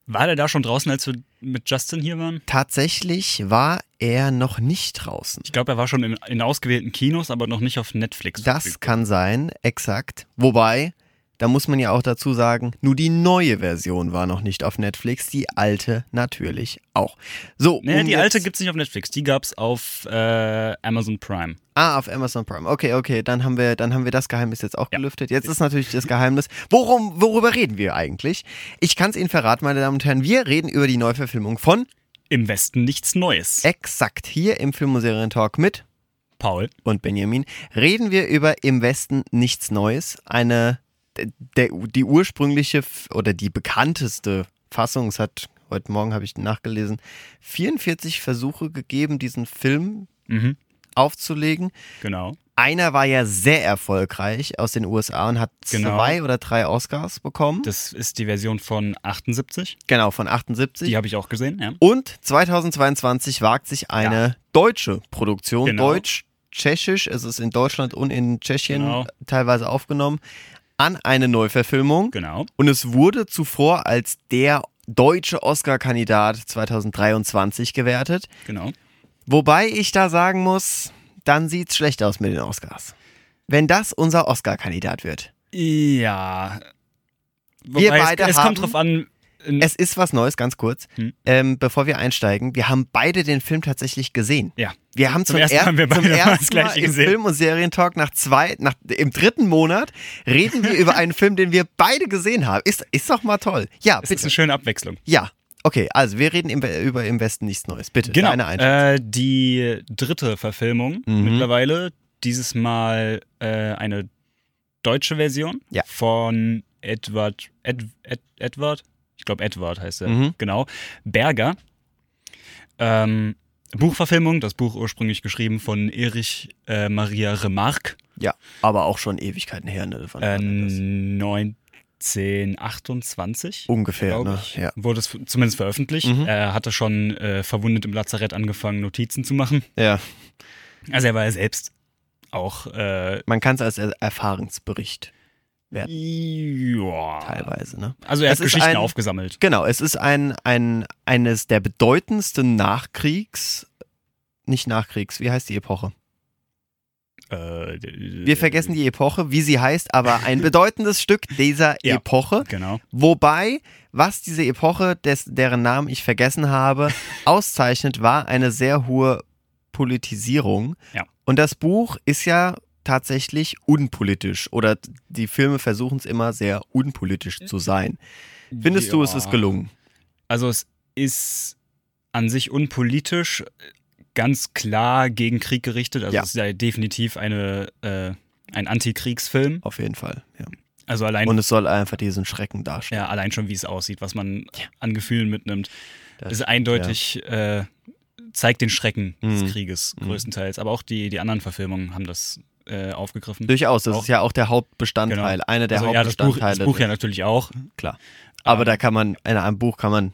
S2: War der da schon draußen, als wir mit Justin hier waren?
S1: Tatsächlich war er noch nicht draußen.
S2: Ich glaube, er war schon in, in ausgewählten Kinos, aber noch nicht auf Netflix.
S1: Das kann sein, exakt. Wobei, Da muss man ja auch dazu sagen, nur die neue Version war noch nicht auf Netflix, die alte natürlich auch. So,
S2: Nee,
S1: um
S2: die alte
S1: jetzt-
S2: gibt's nicht auf Netflix, die gab's auf äh, Amazon Prime.
S1: Ah, auf Amazon Prime. Okay, okay, dann haben wir, dann haben wir das Geheimnis jetzt auch
S2: Ja.
S1: gelüftet. Jetzt ist natürlich das Geheimnis, worum, worüber reden wir eigentlich? Ich kann es Ihnen verraten, meine Damen und Herren. Wir reden über die Neuverfilmung von
S2: Im Westen nichts Neues.
S1: Exakt hier im Film- und Serientalk mit
S2: Paul.
S1: und Benjamin reden wir über Im Westen nichts Neues, eine d- der, die ursprüngliche f- oder die bekannteste Fassung. Es hat heute Morgen habe ich nachgelesen 44 Versuche gegeben, diesen Film
S2: Mhm.
S1: aufzulegen.
S2: Genau.
S1: Einer war ja sehr erfolgreich aus den USA und hat
S2: Genau.
S1: zwei oder drei Oscars bekommen.
S2: Das ist die Version von 78.
S1: genau, von 78.
S2: Die habe ich auch gesehen, ja.
S1: Und 2022 wagt sich eine deutsche Produktion,
S2: Genau.
S1: deutsch, tschechisch, es ist in Deutschland und in Tschechien
S2: Genau.
S1: teilweise aufgenommen, an eine Neuverfilmung.
S2: Genau.
S1: Und es wurde zuvor als der deutsche Oscar-Kandidat 2023 gewertet.
S2: Genau.
S1: Wobei ich da sagen muss, dann sieht's schlecht aus mit den Oscars. Wenn das unser Oscar-Kandidat wird.
S2: Ja.
S1: Wir beide
S2: es, es
S1: haben-
S2: kommt drauf an. in-
S1: Es ist was Neues, ganz kurz.
S2: Hm.
S1: Ähm, bevor wir einsteigen, wir haben beide den Film tatsächlich gesehen.
S2: ja.
S1: Wir haben zum,
S2: Zum ersten Mal
S1: er-
S2: haben wir beide
S1: zum
S2: mal
S1: ersten
S2: das Gleiche
S1: Mal im
S2: gesehen.
S1: Film- und Serientalk nach zwei, nach, im dritten Monat reden wir über einen Film, den wir beide gesehen haben. Ist, ist doch mal toll. Ja,
S2: Es ist
S1: bitte.
S2: eine schöne Abwechslung.
S1: Ja. Okay, also wir reden im, über im Westen nichts Neues. Bitte,
S2: Genau.
S1: deine Einschätzung.
S2: Äh, die dritte Verfilmung
S1: Mhm.
S2: mittlerweile. Dieses Mal äh, eine deutsche Version
S1: Ja.
S2: von Edward. Ed, Ed, Edward? Ich glaube, Edward heißt er.
S1: Mhm.
S2: Genau. Berger. Ähm, Buchverfilmung, das Buch ursprünglich geschrieben von Erich äh, Maria Remarque.
S1: Ja, aber auch schon Ewigkeiten her. Ne, von
S2: Äh,
S1: das.
S2: 1928.
S1: Ungefähr,
S2: glaube
S1: ne?
S2: ich.
S1: Ja.
S2: Wurde es f- zumindest veröffentlicht.
S1: Mhm.
S2: Er hatte schon äh, verwundet im Lazarett angefangen, Notizen zu machen.
S1: ja.
S2: Also er war ja selbst auch äh,
S1: Man kann es als er Erfahrungsbericht Ja.
S2: ja.
S1: teilweise, ne?
S2: Also er
S1: Es
S2: hat
S1: ist
S2: Geschichten
S1: ein-
S2: aufgesammelt.
S1: Genau, es ist ein, ein, eines der bedeutendsten Nachkriegs, nicht Nachkriegs, wie heißt die Epoche? Wir
S2: äh, Wir
S1: vergessen die Epoche, wie sie heißt, aber
S2: [laughs]
S1: ein bedeutendes Stück dieser
S2: Ja.
S1: Epoche.
S2: Genau.
S1: Wobei, was diese Epoche, des, deren Namen ich vergessen
S2: [laughs]
S1: habe, auszeichnet, war eine sehr hohe Politisierung.
S2: Ja.
S1: Und das Buch ist ja tatsächlich unpolitisch oder die Filme versuchen es immer sehr unpolitisch zu sein. Findest du, es
S2: Ja.
S1: ist gelungen?
S2: Also es ist an sich unpolitisch, ganz klar gegen Krieg gerichtet. Also
S1: Ja.
S2: es ist ja definitiv eine, äh, ein Antikriegsfilm.
S1: Auf jeden Fall. Ja.
S2: Also allein,
S1: Und es soll einfach diesen Schrecken darstellen.
S2: ja, allein schon, wie es aussieht, was man an Gefühlen mitnimmt.
S1: Das-
S2: Das ist eindeutig, äh, zeigt den Schrecken
S1: Mhm.
S2: des Krieges
S1: Mhm.
S2: größtenteils. Aber auch die, die anderen Verfilmungen haben das äh, aufgegriffen.
S1: Durchaus, das
S2: Auch-
S1: ist ja auch der Hauptbestandteil,
S2: Genau.
S1: einer der
S2: also, ja, das Buch,
S1: Hauptbestandteile. Mhm.
S2: das Buch ja natürlich auch.
S1: klar. Aber
S2: Ähm,
S1: da kann man, in einem Buch kann man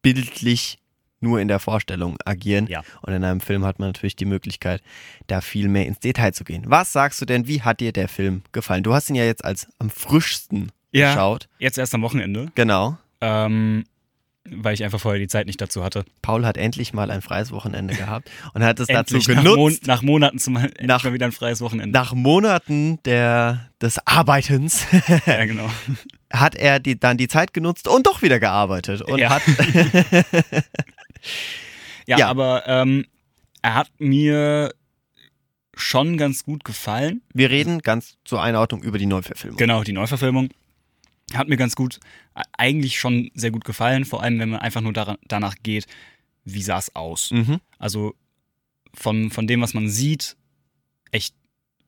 S1: bildlich nur in der Vorstellung agieren.
S2: Ja.
S1: Und in einem Film hat man natürlich die Möglichkeit, da viel mehr ins Detail zu gehen. Was sagst du denn, wie hat dir der Film gefallen? Du hast ihn ja jetzt als am frischsten
S2: Ja,
S1: geschaut.
S2: jetzt erst am Wochenende,
S1: Genau.
S2: ähm, weil ich einfach vorher die Zeit nicht dazu hatte.
S1: Paul hat endlich mal ein freies Wochenende gehabt und hat es
S2: Endlich
S1: dazu
S2: Nach, Mon
S1: genutzt.
S2: nach Monaten zum endlich
S1: Nach-
S2: mal wieder ein freies Wochenende.
S1: Nach Monaten der, des Arbeitens
S2: ja, genau.
S1: hat er die, dann die Zeit genutzt und doch wieder gearbeitet. Und
S2: Ja. [laughs]
S1: hat, [laughs]
S2: Ja,
S1: Ja.
S2: aber ähm, er hat mir schon ganz gut gefallen.
S1: wir reden ganz zur Einordnung über die Neuverfilmung.
S2: Genau, die Neuverfilmung. Hat mir ganz gut, äh, eigentlich schon sehr gut gefallen, vor allem wenn man einfach nur daran, danach geht, wie sah es aus.
S1: Mhm.
S2: Also von, von dem, was man sieht, echt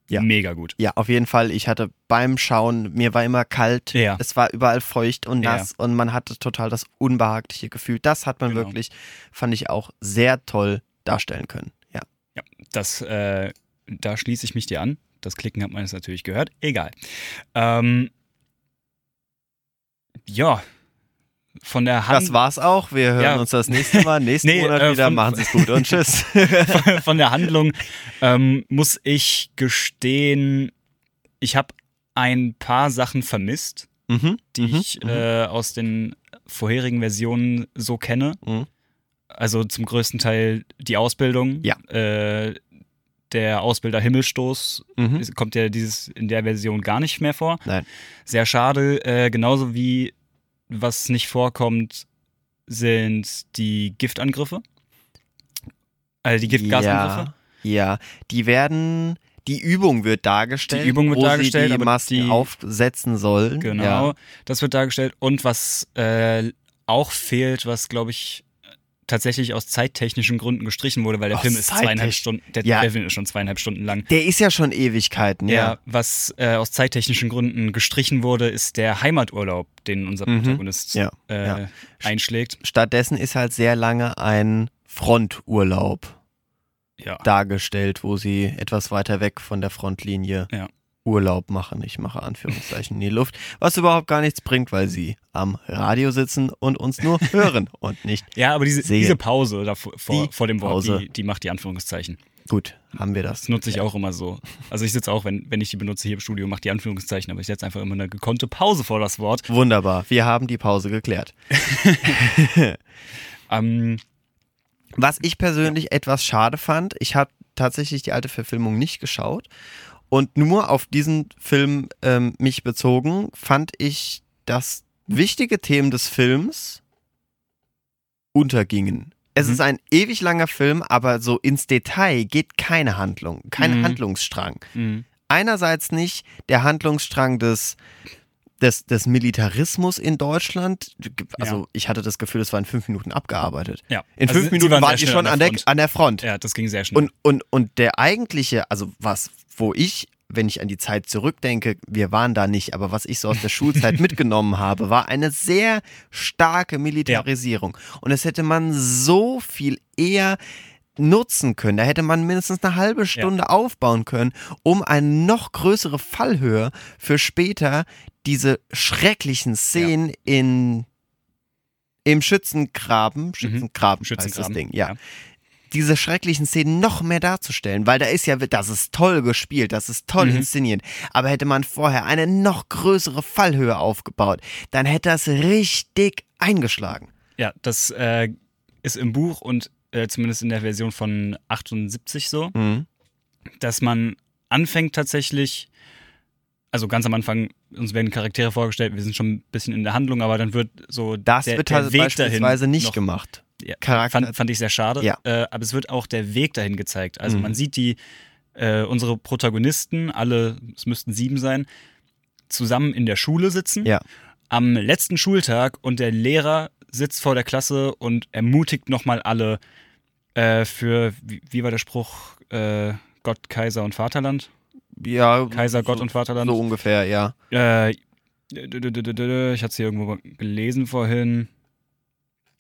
S1: Ja.
S2: mega gut.
S1: Ja, auf jeden Fall. Ich hatte beim Schauen, mir war immer kalt,
S2: Ja.
S1: es war überall feucht und
S2: Ja.
S1: nass und man hatte total das unbehagliche Gefühl. Das hat man
S2: Genau.
S1: wirklich, fand ich auch sehr toll darstellen können. Ja.
S2: Das, äh, da schließe ich mich dir an. Das Klicken hat man jetzt natürlich gehört. Egal. Ähm, ja, von der Hand.
S1: Das war's auch. Wir hören
S2: Ja.
S1: uns das nächste
S2: [laughs]
S1: Mal, nächsten
S2: Nee,
S1: Monat
S2: äh,
S1: wieder.
S2: von-
S1: Machen Sie's gut und tschüss.
S2: [laughs]
S1: [laughs]
S2: von der Handlung ähm, muss ich gestehen, ich habe ein paar Sachen vermisst,
S1: mhm.
S2: die
S1: mhm,
S2: ich
S1: mhm,
S2: äh, aus den vorherigen Versionen so kenne.
S1: mhm.
S2: Also zum größten Teil die Ausbildung,
S1: Ja.
S2: äh, der Ausbilder Himmelstoß
S1: Mhm.
S2: es kommt ja dieses in der Version gar nicht mehr vor.
S1: Nein.
S2: Sehr schade. Äh, genauso wie was nicht vorkommt, sind die Giftangriffe. Also die Giftgasangriffe.
S1: Ja, ja, die werden, die Übung wird
S2: Die
S1: dargestellt,
S2: Übung wird
S1: wo
S2: dargestellt,
S1: sie die
S2: aber
S1: Masken
S2: die-
S1: aufsetzen sollen.
S2: Genau,
S1: Mhm, Ja.
S2: das wird dargestellt. Und was äh, auch fehlt, was glaube ich tatsächlich aus zeittechnischen Gründen gestrichen wurde, weil der
S1: Aus
S2: Film ist zweieinhalb
S1: zeittech-
S2: Stunden, der,
S1: Ja.
S2: der Film ist schon zweieinhalb Stunden lang.
S1: Der ist ja schon Ewigkeiten,
S2: Ja,
S1: ja.
S2: was äh, aus zeittechnischen Gründen gestrichen wurde, ist der Heimaturlaub, den unser
S1: Mhm.
S2: Protagonist
S1: Ja,
S2: Äh,
S1: ja.
S2: einschlägt.
S1: Stattdessen ist halt sehr lange ein Fronturlaub
S2: Ja.
S1: dargestellt, wo sie etwas weiter weg von der Frontlinie
S2: Ja.
S1: Urlaub machen. Ich mache Anführungszeichen in die Luft, was überhaupt gar nichts bringt, weil sie am Radio sitzen und uns
S2: [laughs]
S1: nur hören und nicht.
S2: ja, aber diese,
S1: Sehe.
S2: diese Pause da vor,
S1: Die
S2: vor, vor dem Wort,
S1: Pause.
S2: die, die macht die Anführungszeichen.
S1: Gut, haben wir das.
S2: Das nutze ich auch immer so. Also ich sitze auch, wenn, wenn ich die benutze hier im Studio, mache die Anführungszeichen, aber ich setze einfach immer eine gekonnte Pause vor das Wort.
S1: Wunderbar, wir haben die Pause geklärt.
S2: Ähm,
S1: Was ich persönlich etwas schade fand, ich habe tatsächlich die alte Verfilmung nicht geschaut und nur auf diesen Film ähm, mich bezogen, fand ich, dass wichtige Themen des Films untergingen. Es
S2: Mhm.
S1: ist ein ewig langer Film, aber so ins Detail geht keine Handlung, kein
S2: Mhm.
S1: Handlungsstrang
S2: mh.
S1: einerseits nicht der Handlungsstrang des, des, des Militarismus in Deutschland. Also ich hatte das Gefühl, es war in fünf Minuten abgearbeitet.
S2: Ja.
S1: In fünf
S2: Also sie- sie
S1: Minuten
S2: waren
S1: waren
S2: sehr
S1: die
S2: schnell
S1: schon an der,
S2: Front.
S1: an der Front.
S2: Ja, das ging sehr schnell.
S1: Und, und, und der eigentliche, also was, wo ich, wenn ich an die Zeit zurückdenke, wir waren da nicht, aber was ich so aus der [laughs] Schulzeit mitgenommen habe, war eine sehr starke Militarisierung. Und das hätte man so viel eher nutzen können. Da hätte man mindestens eine halbe Stunde aufbauen können, um eine noch größere Fallhöhe für später diese schrecklichen Szenen in im Schützengraben, Schützengraben, Mhm. Schützengraben heißt das
S2: Schützengraben.
S1: Ding, ja diese schrecklichen Szenen noch mehr darzustellen, weil da ist ja, das ist toll gespielt, das ist toll
S2: Mhm.
S1: inszeniert, aber hätte man vorher eine noch größere Fallhöhe aufgebaut, dann hätte das richtig eingeschlagen.
S2: Ja, das äh, ist im Buch und äh, zumindest in der Version von 78 so, dass man anfängt tatsächlich, also ganz am Anfang, uns werden Charaktere vorgestellt, wir sind schon ein bisschen in der Handlung, aber dann wird so
S1: Das
S2: der,
S1: wird
S2: der
S1: halt
S2: Weg
S1: beispielsweise
S2: dahin
S1: nicht
S2: noch,
S1: gemacht.
S2: Ja,
S1: Charakter-
S2: fand, fand ich sehr schade,
S1: Ja.
S2: äh, aber es wird auch der Weg dahin gezeigt. Also
S1: Mhm.
S2: man sieht die, äh, unsere Protagonisten, alle, es müssten sieben sein, zusammen in der Schule sitzen.
S1: Ja.
S2: am letzten Schultag und der Lehrer sitzt vor der Klasse und ermutigt nochmal alle äh, für, wie, wie war der Spruch, äh, Gott, Kaiser und Vaterland?
S1: Ja,
S2: Kaiser, Gott
S1: so,
S2: und Vaterland?
S1: so ungefähr, ja.
S2: Äh, d- d- d- d- d- ich hatte es hier irgendwo gelesen vorhin.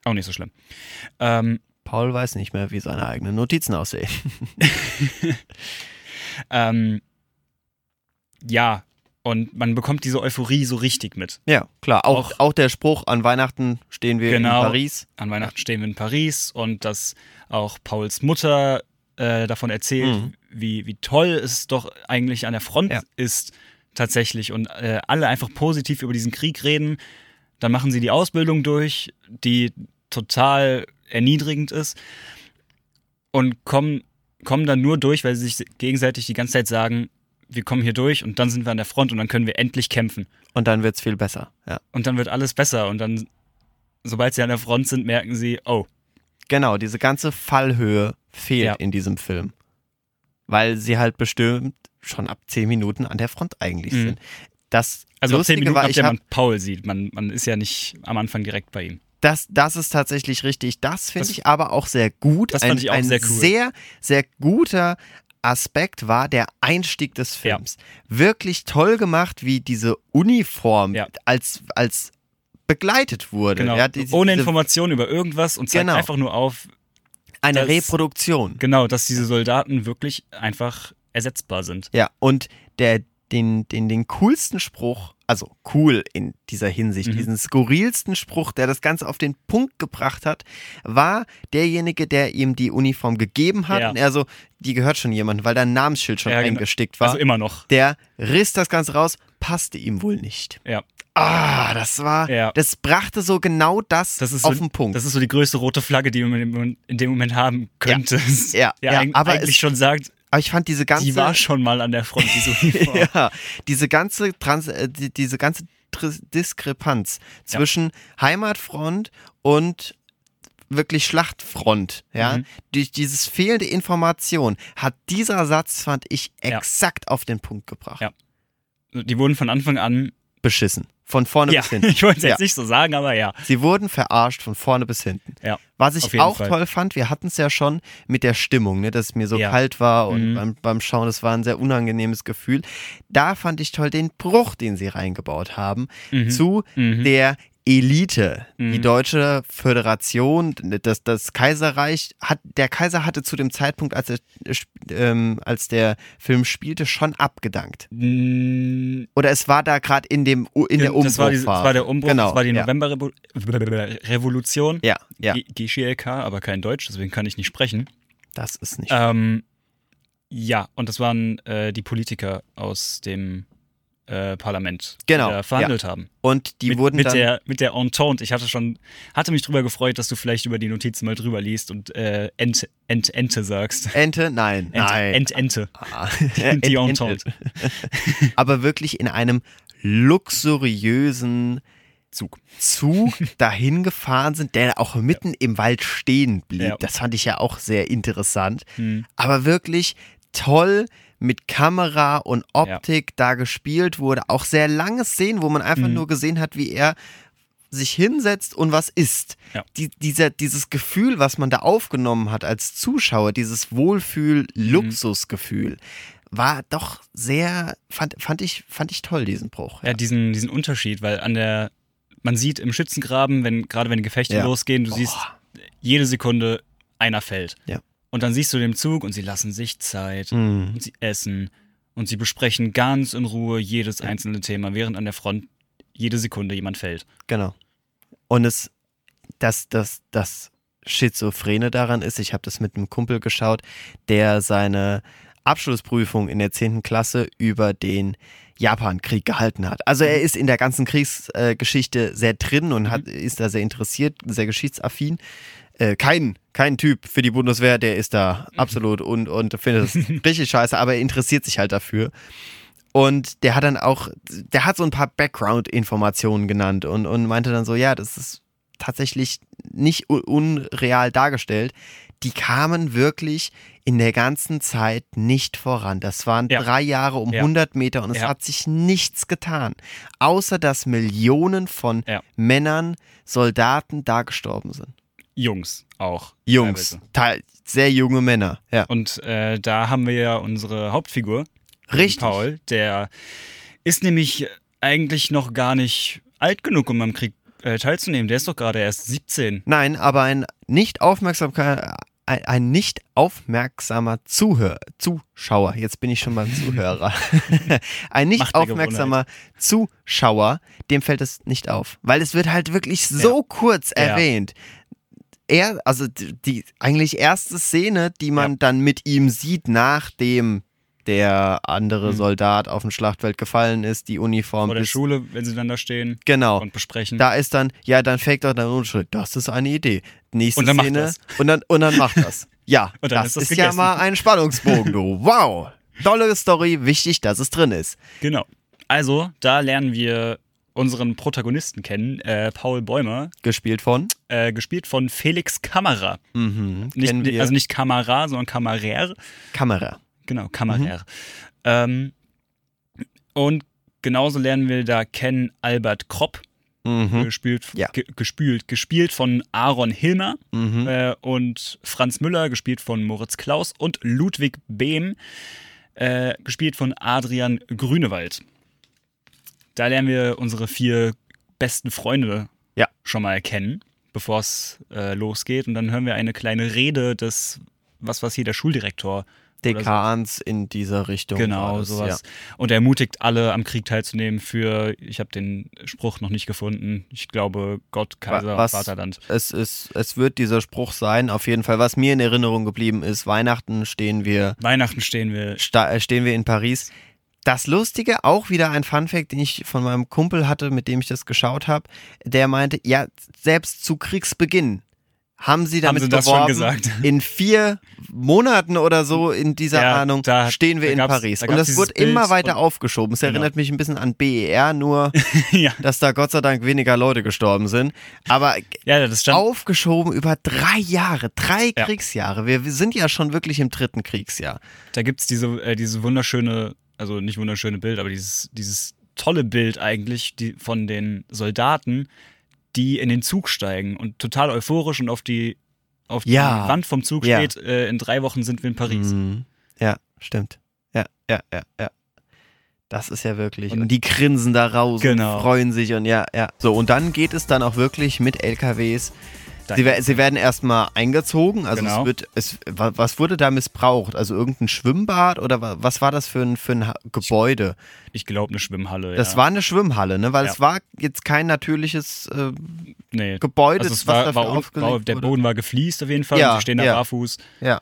S2: Auch nicht so schlimm. Ähm,
S1: Paul weiß nicht mehr, wie seine eigenen Notizen aussehen.
S2: ähm, ja, und man bekommt diese Euphorie so richtig mit.
S1: Ja, klar. Auch, auch,
S2: Auch-
S1: der Spruch, an Weihnachten stehen wir
S2: Genau.
S1: in Paris.
S2: An Weihnachten stehen wir in Paris und dass auch Pauls Mutter äh, davon erzählt,
S1: Mhm.
S2: wie, wie toll es doch eigentlich an der Front
S1: Ja.
S2: ist tatsächlich und äh, alle einfach positiv über diesen Krieg reden. Dann machen sie die Ausbildung durch, die total erniedrigend ist und kommen, kommen dann nur durch, weil sie sich gegenseitig die ganze Zeit sagen, wir kommen hier durch und dann sind wir an der Front und dann können wir endlich kämpfen.
S1: Und dann wird's viel besser. Ja.
S2: Und dann wird alles besser. Und dann, sobald sie an der Front sind, merken sie, oh,
S1: Genau, diese ganze Fallhöhe fehlt
S2: Ja.
S1: in diesem Film. Weil sie halt bestimmt schon ab 10 Minuten an der Front eigentlich
S2: Mhm.
S1: sind. Das
S2: also ab 10
S1: Lustige
S2: Minuten,
S1: war,
S2: ab
S1: ich
S2: der
S1: hab,
S2: man Paul sieht. Man, man ist ja nicht am Anfang direkt bei ihm.
S1: das, das ist tatsächlich richtig. Das finde
S2: Das-
S1: ich aber auch sehr gut.
S2: Das fand
S1: ein,
S2: ich auch
S1: ein
S2: sehr cool.
S1: sehr, sehr guter Aspekt war der Einstieg des
S2: Ja.
S1: Films. Wirklich toll gemacht, wie diese Uniform
S2: Ja.
S1: als, als begleitet wurde.
S2: Genau.
S1: Ja, die-
S2: Ohne
S1: diese,
S2: Informationen über irgendwas und zeigt
S1: Genau.
S2: einfach nur auf,
S1: eine
S2: das-
S1: Reproduktion.
S2: genau, dass diese Soldaten wirklich einfach ersetzbar sind.
S1: Ja, und der, den, den, den coolsten Spruch, also cool in dieser Hinsicht,
S2: Mhm.
S1: diesen skurrilsten Spruch, der das Ganze auf den Punkt gebracht hat, war derjenige, der ihm die Uniform gegeben hat.
S2: Ja.
S1: Und er so, die gehört schon jemandem, weil da ein Namensschild schon
S2: Ja, genau.
S1: eingestickt war.
S2: Also immer noch.
S1: der riss das Ganze raus, passte ihm wohl nicht.
S2: Ja.
S1: Ah, das war,
S2: Ja.
S1: das brachte so genau das,
S2: Das ist
S1: auf
S2: so-
S1: den Punkt.
S2: Das ist so die größte rote Flagge, die man in dem Moment haben könnte.
S1: Ja,
S2: Der
S1: ja,
S2: [laughs] eig-
S1: aber
S2: eigentlich
S1: es-
S2: schon sagt,
S1: Aber ich fand diese ganze.
S2: Die war schon mal an der Front,
S1: [laughs]
S2: diese [laughs] Uniform.
S1: ja, diese ganze Trans äh, die, diese ganze Tris Diskrepanz zwischen Heimatfront und wirklich Schlachtfront, ja,
S2: Mhm.
S1: durch dieses fehlende Information hat dieser Satz fand ich
S2: Ja.
S1: exakt auf den Punkt gebracht.
S2: Ja. Die wurden von Anfang an.
S1: Beschissen, von vorne
S2: Ja,
S1: bis hinten.
S2: [laughs] ich wollte es jetzt
S1: Ja.
S2: nicht so sagen, aber ja.
S1: Sie wurden verarscht von vorne bis hinten.
S2: Ja,
S1: Was
S2: auf
S1: ich
S2: jeden
S1: auch
S2: Fall.
S1: toll fand, wir hatten es ja schon mit der Stimmung, ne, dass es mir so
S2: Ja.
S1: kalt war und
S2: Mhm.
S1: beim, beim Schauen, das war ein sehr unangenehmes Gefühl. Da fand ich toll den Bruch, den sie reingebaut haben
S2: Mhm.
S1: zu
S2: Mhm.
S1: der Elite. Die
S2: Mhm.
S1: deutsche Föderation, das, das Kaiserreich, hat, der Kaiser hatte zu dem Zeitpunkt, als, er, ähm, als der Film spielte, schon abgedankt.
S2: Mm,
S1: Oder es war da gerade in, dem U- in der
S2: Das war, die, das
S1: Umbruchphase.
S2: war der Umbruch,
S1: Genau,
S2: das war die
S1: ja.
S2: Novemberrevolution.
S1: Ja, ja,
S2: G- GCLK, aber kein Deutsch, deswegen kann ich nicht sprechen.
S1: das ist nicht.
S2: Ähm, ja, und das waren äh, die Politiker aus dem äh, Parlament,
S1: Genau,
S2: die da verhandelt haben.
S1: Und die
S2: mit,
S1: wurden
S2: mit
S1: dann
S2: der mit der Entente. Ich hatte schon hatte mich drüber gefreut, dass du vielleicht über die Notizen mal drüber liest und äh, Ente, Ente, Ente sagst.
S1: Ente? Nein,
S2: Ente,
S1: nein.
S2: Ent, [laughs] Ente.
S1: Ah.
S2: Die
S1: Ent-
S2: Entente.
S1: [laughs] Aber wirklich in einem luxuriösen
S2: Zug. [laughs]
S1: Zug dahin gefahren sind, der auch mitten im Wald stehen blieb.
S2: Ja.
S1: Das fand ich ja auch sehr interessant.
S2: Hm.
S1: Aber wirklich toll mit Kamera und Optik da gespielt wurde. Auch sehr lange Szenen, wo man einfach
S2: Mhm.
S1: nur gesehen hat, wie er sich hinsetzt und was isst.
S2: Ja.
S1: Die, dieser, dieses Gefühl, was man da aufgenommen hat als Zuschauer, dieses Wohlfühl-Luxusgefühl, war doch sehr, fand, fand, ich, fand ich toll, diesen Bruch.
S2: Ja, diesen, diesen Unterschied, weil an der man sieht im Schützengraben, wenn gerade wenn die Gefechte
S1: Ja.
S2: losgehen, du
S1: Boah.
S2: siehst jede Sekunde einer fällt.
S1: Ja.
S2: Und dann siehst du den Zug und sie lassen sich Zeit
S1: Mhm.
S2: und sie essen und sie besprechen ganz in Ruhe jedes einzelne Thema, während an der Front jede Sekunde jemand fällt.
S1: Genau. Und es, das, das, das Schizophrene daran ist, ich habe das mit einem Kumpel geschaut, der seine Abschlussprüfung in der 10. Klasse über den Japan-Krieg gehalten hat. Also er ist in der ganzen Kriegsgeschichte sehr drin und hat, ist da sehr interessiert, sehr geschichtsaffin. Äh, kein, kein Typ für die Bundeswehr, der ist da absolut und, und findet es richtig scheiße, aber er interessiert sich halt dafür. Und der hat dann auch, der hat so ein paar Background-Informationen genannt und, und meinte dann so, ja, das ist tatsächlich nicht u- unreal dargestellt. Die kamen wirklich in der ganzen Zeit nicht voran. Das waren
S2: Ja.
S1: drei Jahre um
S2: Ja.
S1: 100 Meter und es
S2: Ja.
S1: hat sich nichts getan, außer dass Millionen von
S2: Ja.
S1: Männern, Soldaten da gestorben sind.
S2: Jungs auch.
S1: Jungs,
S2: teilweise.
S1: teil- sehr junge Männer. Ja,
S2: Und äh, da haben wir ja unsere Hauptfigur,
S1: richtig.
S2: Paul, der ist nämlich eigentlich noch gar nicht alt genug, um am Krieg äh, teilzunehmen. Der ist doch gerade erst 17.
S1: Nein, aber ein nicht aufmerksamer, ein, ein nicht aufmerksamer Zuhör, Zuschauer, jetzt bin ich schon beim
S2: [laughs]
S1: Zuhörer, ein nicht
S2: Macht der
S1: aufmerksamer Zuschauer, dem fällt es nicht auf, weil es wird halt wirklich so kurz
S2: Ja.
S1: erwähnt. Er, also die, die eigentlich erste Szene, die man dann mit ihm sieht, nachdem der andere
S2: Mhm.
S1: Soldat auf dem Schlachtfeld gefallen ist, die Uniform
S2: Vor der
S1: bis-
S2: Schule, wenn sie dann da stehen
S1: Genau.
S2: und besprechen.
S1: Da ist dann, ja, dann fängt er dann Unschuld. Das ist eine Idee. Nächste
S2: Und dann macht
S1: Szene.
S2: das.
S1: Und dann, und dann macht das. Ja,
S2: [laughs] Und dann
S1: das ist,
S2: ist das
S1: ja
S2: gegessen.
S1: mal ein Spannungsbogen,
S2: [laughs]
S1: du. Wow. Tolle Story, wichtig, dass es drin ist.
S2: Genau. Also, da lernen wir unseren Protagonisten kennen, äh, Paul Bäumer,
S1: Gespielt von.
S2: äh, gespielt von Felix Kammerer.
S1: Mhm,
S2: Nicht,
S1: kennen wir.
S2: Also nicht Kammerer, sondern Kammerer.
S1: Kamera.
S2: Genau,
S1: Mhm.
S2: Kammerer. Ähm, und genauso lernen wir da kennen Albert Kropp,
S1: Mhm,
S2: gespielt,
S1: Ja.
S2: ge gespielt, gespielt von Aaron Hilmer
S1: mhm.
S2: äh, und Franz Müller, gespielt von Moritz Klaus und Ludwig Behm, äh, gespielt von Adrian Grünewald. Da lernen wir unsere vier besten Freunde
S1: Ja.
S2: schon mal kennen, bevor es äh, losgeht. Und dann hören wir eine kleine Rede des, was was hier der Schuldirektor.
S1: Dekans in dieser Richtung. war
S2: Genau,
S1: das,
S2: sowas. Und er ermutigt alle, am Krieg teilzunehmen für, ich habe den Spruch noch nicht gefunden, ich glaube Gott, Kaiser,
S1: was-
S2: Vaterland.
S1: Ja. Es, ist, es wird dieser Spruch sein, auf jeden Fall, was mir in Erinnerung geblieben ist. Weihnachten stehen wir
S2: Weihnachten stehen wir.
S1: sta- äh, stehen wir in Paris. Das Lustige, auch wieder ein Funfact, den ich von meinem Kumpel hatte, mit dem ich das geschaut habe, der meinte, ja, selbst zu Kriegsbeginn haben sie damit
S2: sie das schon
S1: beworben,
S2: gesagt? [laughs]
S1: in vier Monaten oder so in dieser
S2: Ja,
S1: Ahnung
S2: da-
S1: stehen wir
S2: da
S1: in
S2: gab's-
S1: Paris.
S2: da
S1: und
S2: gab's
S1: das wird
S2: dieses Bild Genau.
S1: immer weiter
S2: von-
S1: aufgeschoben. Es erinnert mich ein bisschen an BER,
S2: [laughs]
S1: nur
S2: ja.
S1: dass da Gott sei Dank weniger Leute gestorben sind. Aber
S2: ja, das stand.
S1: aufgeschoben über drei Jahre, drei
S2: Ja.
S1: Kriegsjahre. Wir, wir sind ja schon wirklich im dritten Kriegsjahr.
S2: Da gibt es diese, äh, diese wunderschöne, also nicht wunderschöne Bild, aber dieses, dieses tolle Bild eigentlich die, von den Soldaten, die in den Zug steigen und total euphorisch und auf die, auf
S1: Ja.
S2: die Wand vom Zug
S1: Ja.
S2: steht, äh, in drei Wochen sind wir in Paris.
S1: Mhm. Ja, stimmt. Ja, ja, ja, ja. Das ist ja wirklich. Und,
S2: Und-
S1: die grinsen da raus
S2: Genau.
S1: und freuen sich und ja, ja. So, und dann geht es dann auch wirklich mit LKWs.
S2: Da-
S1: Sie, wer- sie werden erstmal eingezogen. Also
S2: Genau.
S1: es wird, es, wa- was wurde da missbraucht? Also irgendein Schwimmbad oder wa- was war das für ein, für ein Ha- Gebäude?
S2: Ich glaube, eine Schwimmhalle.
S1: Das
S2: ja.
S1: war eine Schwimmhalle, ne? Weil
S2: Ja.
S1: es war jetzt kein natürliches äh,
S2: nee.
S1: Gebäude,
S2: also es
S1: was
S2: war,
S1: dafür
S2: war, un-
S1: aufgelegt
S2: war, der
S1: wurde.
S2: Boden war gefliest auf jeden Fall.
S1: Ja,
S2: und sie stehen da
S1: ja.
S2: barfuß.
S1: Ja.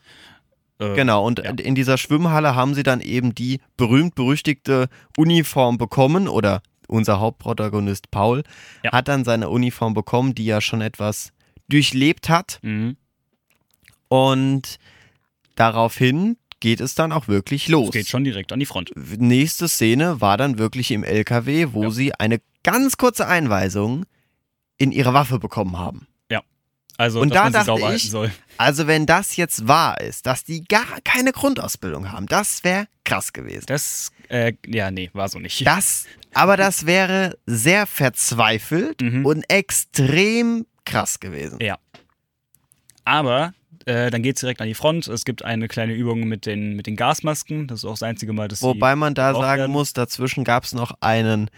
S2: Äh,
S1: Genau, und
S2: Ja.
S1: in dieser Schwimmhalle haben sie dann eben die berühmt-berüchtigte Uniform bekommen oder unser Hauptprotagonist Paul
S2: Ja.
S1: hat dann seine Uniform bekommen, die ja schon etwas durchlebt hat
S2: Mhm.
S1: und daraufhin geht es dann auch wirklich los.
S2: Es geht schon direkt an die Front.
S1: Nächste Szene war dann wirklich im LKW, wo
S2: Ja.
S1: sie eine ganz kurze Einweisung in ihre Waffe bekommen haben.
S2: Also,
S1: Und
S2: dass
S1: da
S2: man sie
S1: dachte
S2: sauber
S1: ich-
S2: halten soll.
S1: Also wenn das jetzt wahr ist, dass die gar keine Grundausbildung haben, das wäre krass gewesen.
S2: Das, äh, ja, nee, war so nicht.
S1: Das, aber das wäre sehr verzweifelt
S2: Mhm.
S1: und extrem krass gewesen.
S2: Ja. Aber äh, dann geht es direkt an die Front. Es gibt eine kleine Übung mit den, mit den Gasmasken. Das ist auch das einzige Mal, dass sie-
S1: Wobei man da
S2: gebraucht
S1: sagen
S2: werden.
S1: muss, dazwischen gab es noch einen,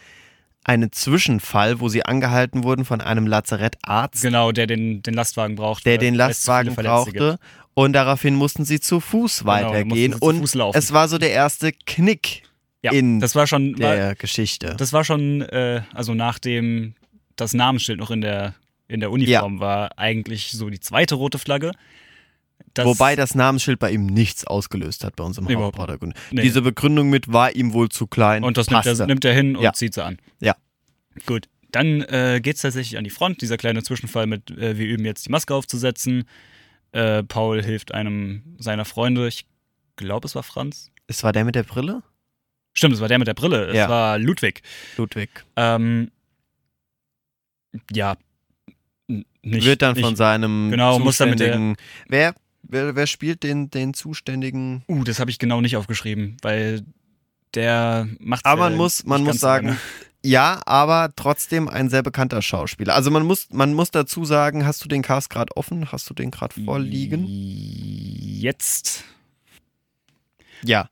S1: einen Zwischenfall, wo sie angehalten wurden von einem Lazarettarzt,
S2: Genau, der den, den Lastwagen braucht.
S1: der
S2: weil
S1: den
S2: es zu viele
S1: Lastwagen
S2: Verletzte gibt.
S1: brauchte. Und daraufhin mussten sie zu Fuß
S2: Genau,
S1: weitergehen.
S2: mussten sie zu
S1: Und
S2: Fuß laufen.
S1: es war so der erste Knick
S2: Ja,
S1: in
S2: das war schon, war,
S1: der Geschichte.
S2: das war schon äh, also nachdem das Namensschild noch in der, in der Uniform war, eigentlich so die zweite rote Flagge. Das-
S1: Wobei das Namensschild bei ihm nichts ausgelöst hat bei unserem
S2: Nee, überhaupt nicht.
S1: Hauptprotagonisten.
S2: Nee.
S1: Diese Begründung mit war ihm wohl zu klein.
S2: Und das nimmt er,
S1: passte.
S2: nimmt er hin und
S1: Ja.
S2: zieht sie an.
S1: Ja.
S2: Gut. Dann äh, geht es tatsächlich an die Front. Dieser kleine Zwischenfall mit, äh, wir üben jetzt die Maske aufzusetzen. Äh, Paul hilft einem seiner Freunde. Ich glaube, es war Franz.
S1: Es war der mit der Brille?
S2: Stimmt, es war der mit der Brille. Es
S1: Ja.
S2: war Ludwig.
S1: Ludwig.
S2: Ähm, ja. N- Nicht,
S1: Wird dann
S2: nicht,
S1: von seinem
S2: Genau, muss dann mit der-
S1: zuständigen. wer, wer, wer spielt den, den zuständigen?
S2: Uh, das habe ich genau nicht aufgeschrieben, weil der macht
S1: Aber man muss, man muss sagen, ja, aber trotzdem ein sehr bekannter Schauspieler. Also man muss, man muss dazu sagen, hast du den Cast gerade offen? Hast du den gerade vorliegen?
S2: Jetzt.
S1: Ja.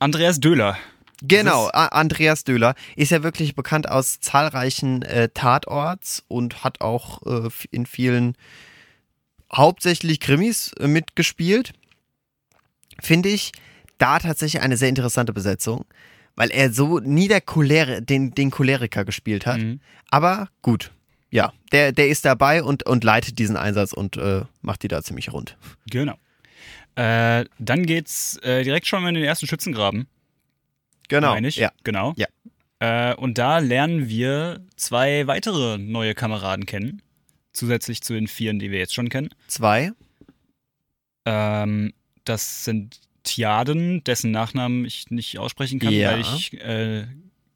S2: Andreas Döhler.
S1: Genau,
S2: Das
S1: A- Andreas Döhler ist ja wirklich bekannt aus zahlreichen äh, Tatorts und hat auch äh, f- in vielen hauptsächlich Krimis äh, mitgespielt. Finde ich da tatsächlich eine sehr interessante Besetzung, weil er so nie der Cholere, den, den Choleriker gespielt hat.
S2: Mhm.
S1: Aber gut, ja, der, der ist dabei und, und leitet diesen Einsatz und äh, macht die da ziemlich rund.
S2: Genau. Äh, dann geht's äh, direkt schon mal in den ersten Schützengraben,
S1: Genau,
S2: meine ich.
S1: ja.
S2: Genau.
S1: Ja.
S2: Äh, und da lernen wir zwei weitere neue Kameraden kennen, zusätzlich zu den vieren, die wir jetzt schon kennen.
S1: Zwei,
S2: Ähm, das sind Tiaden, dessen Nachnamen ich nicht aussprechen kann,
S1: Ja.
S2: weil ich äh,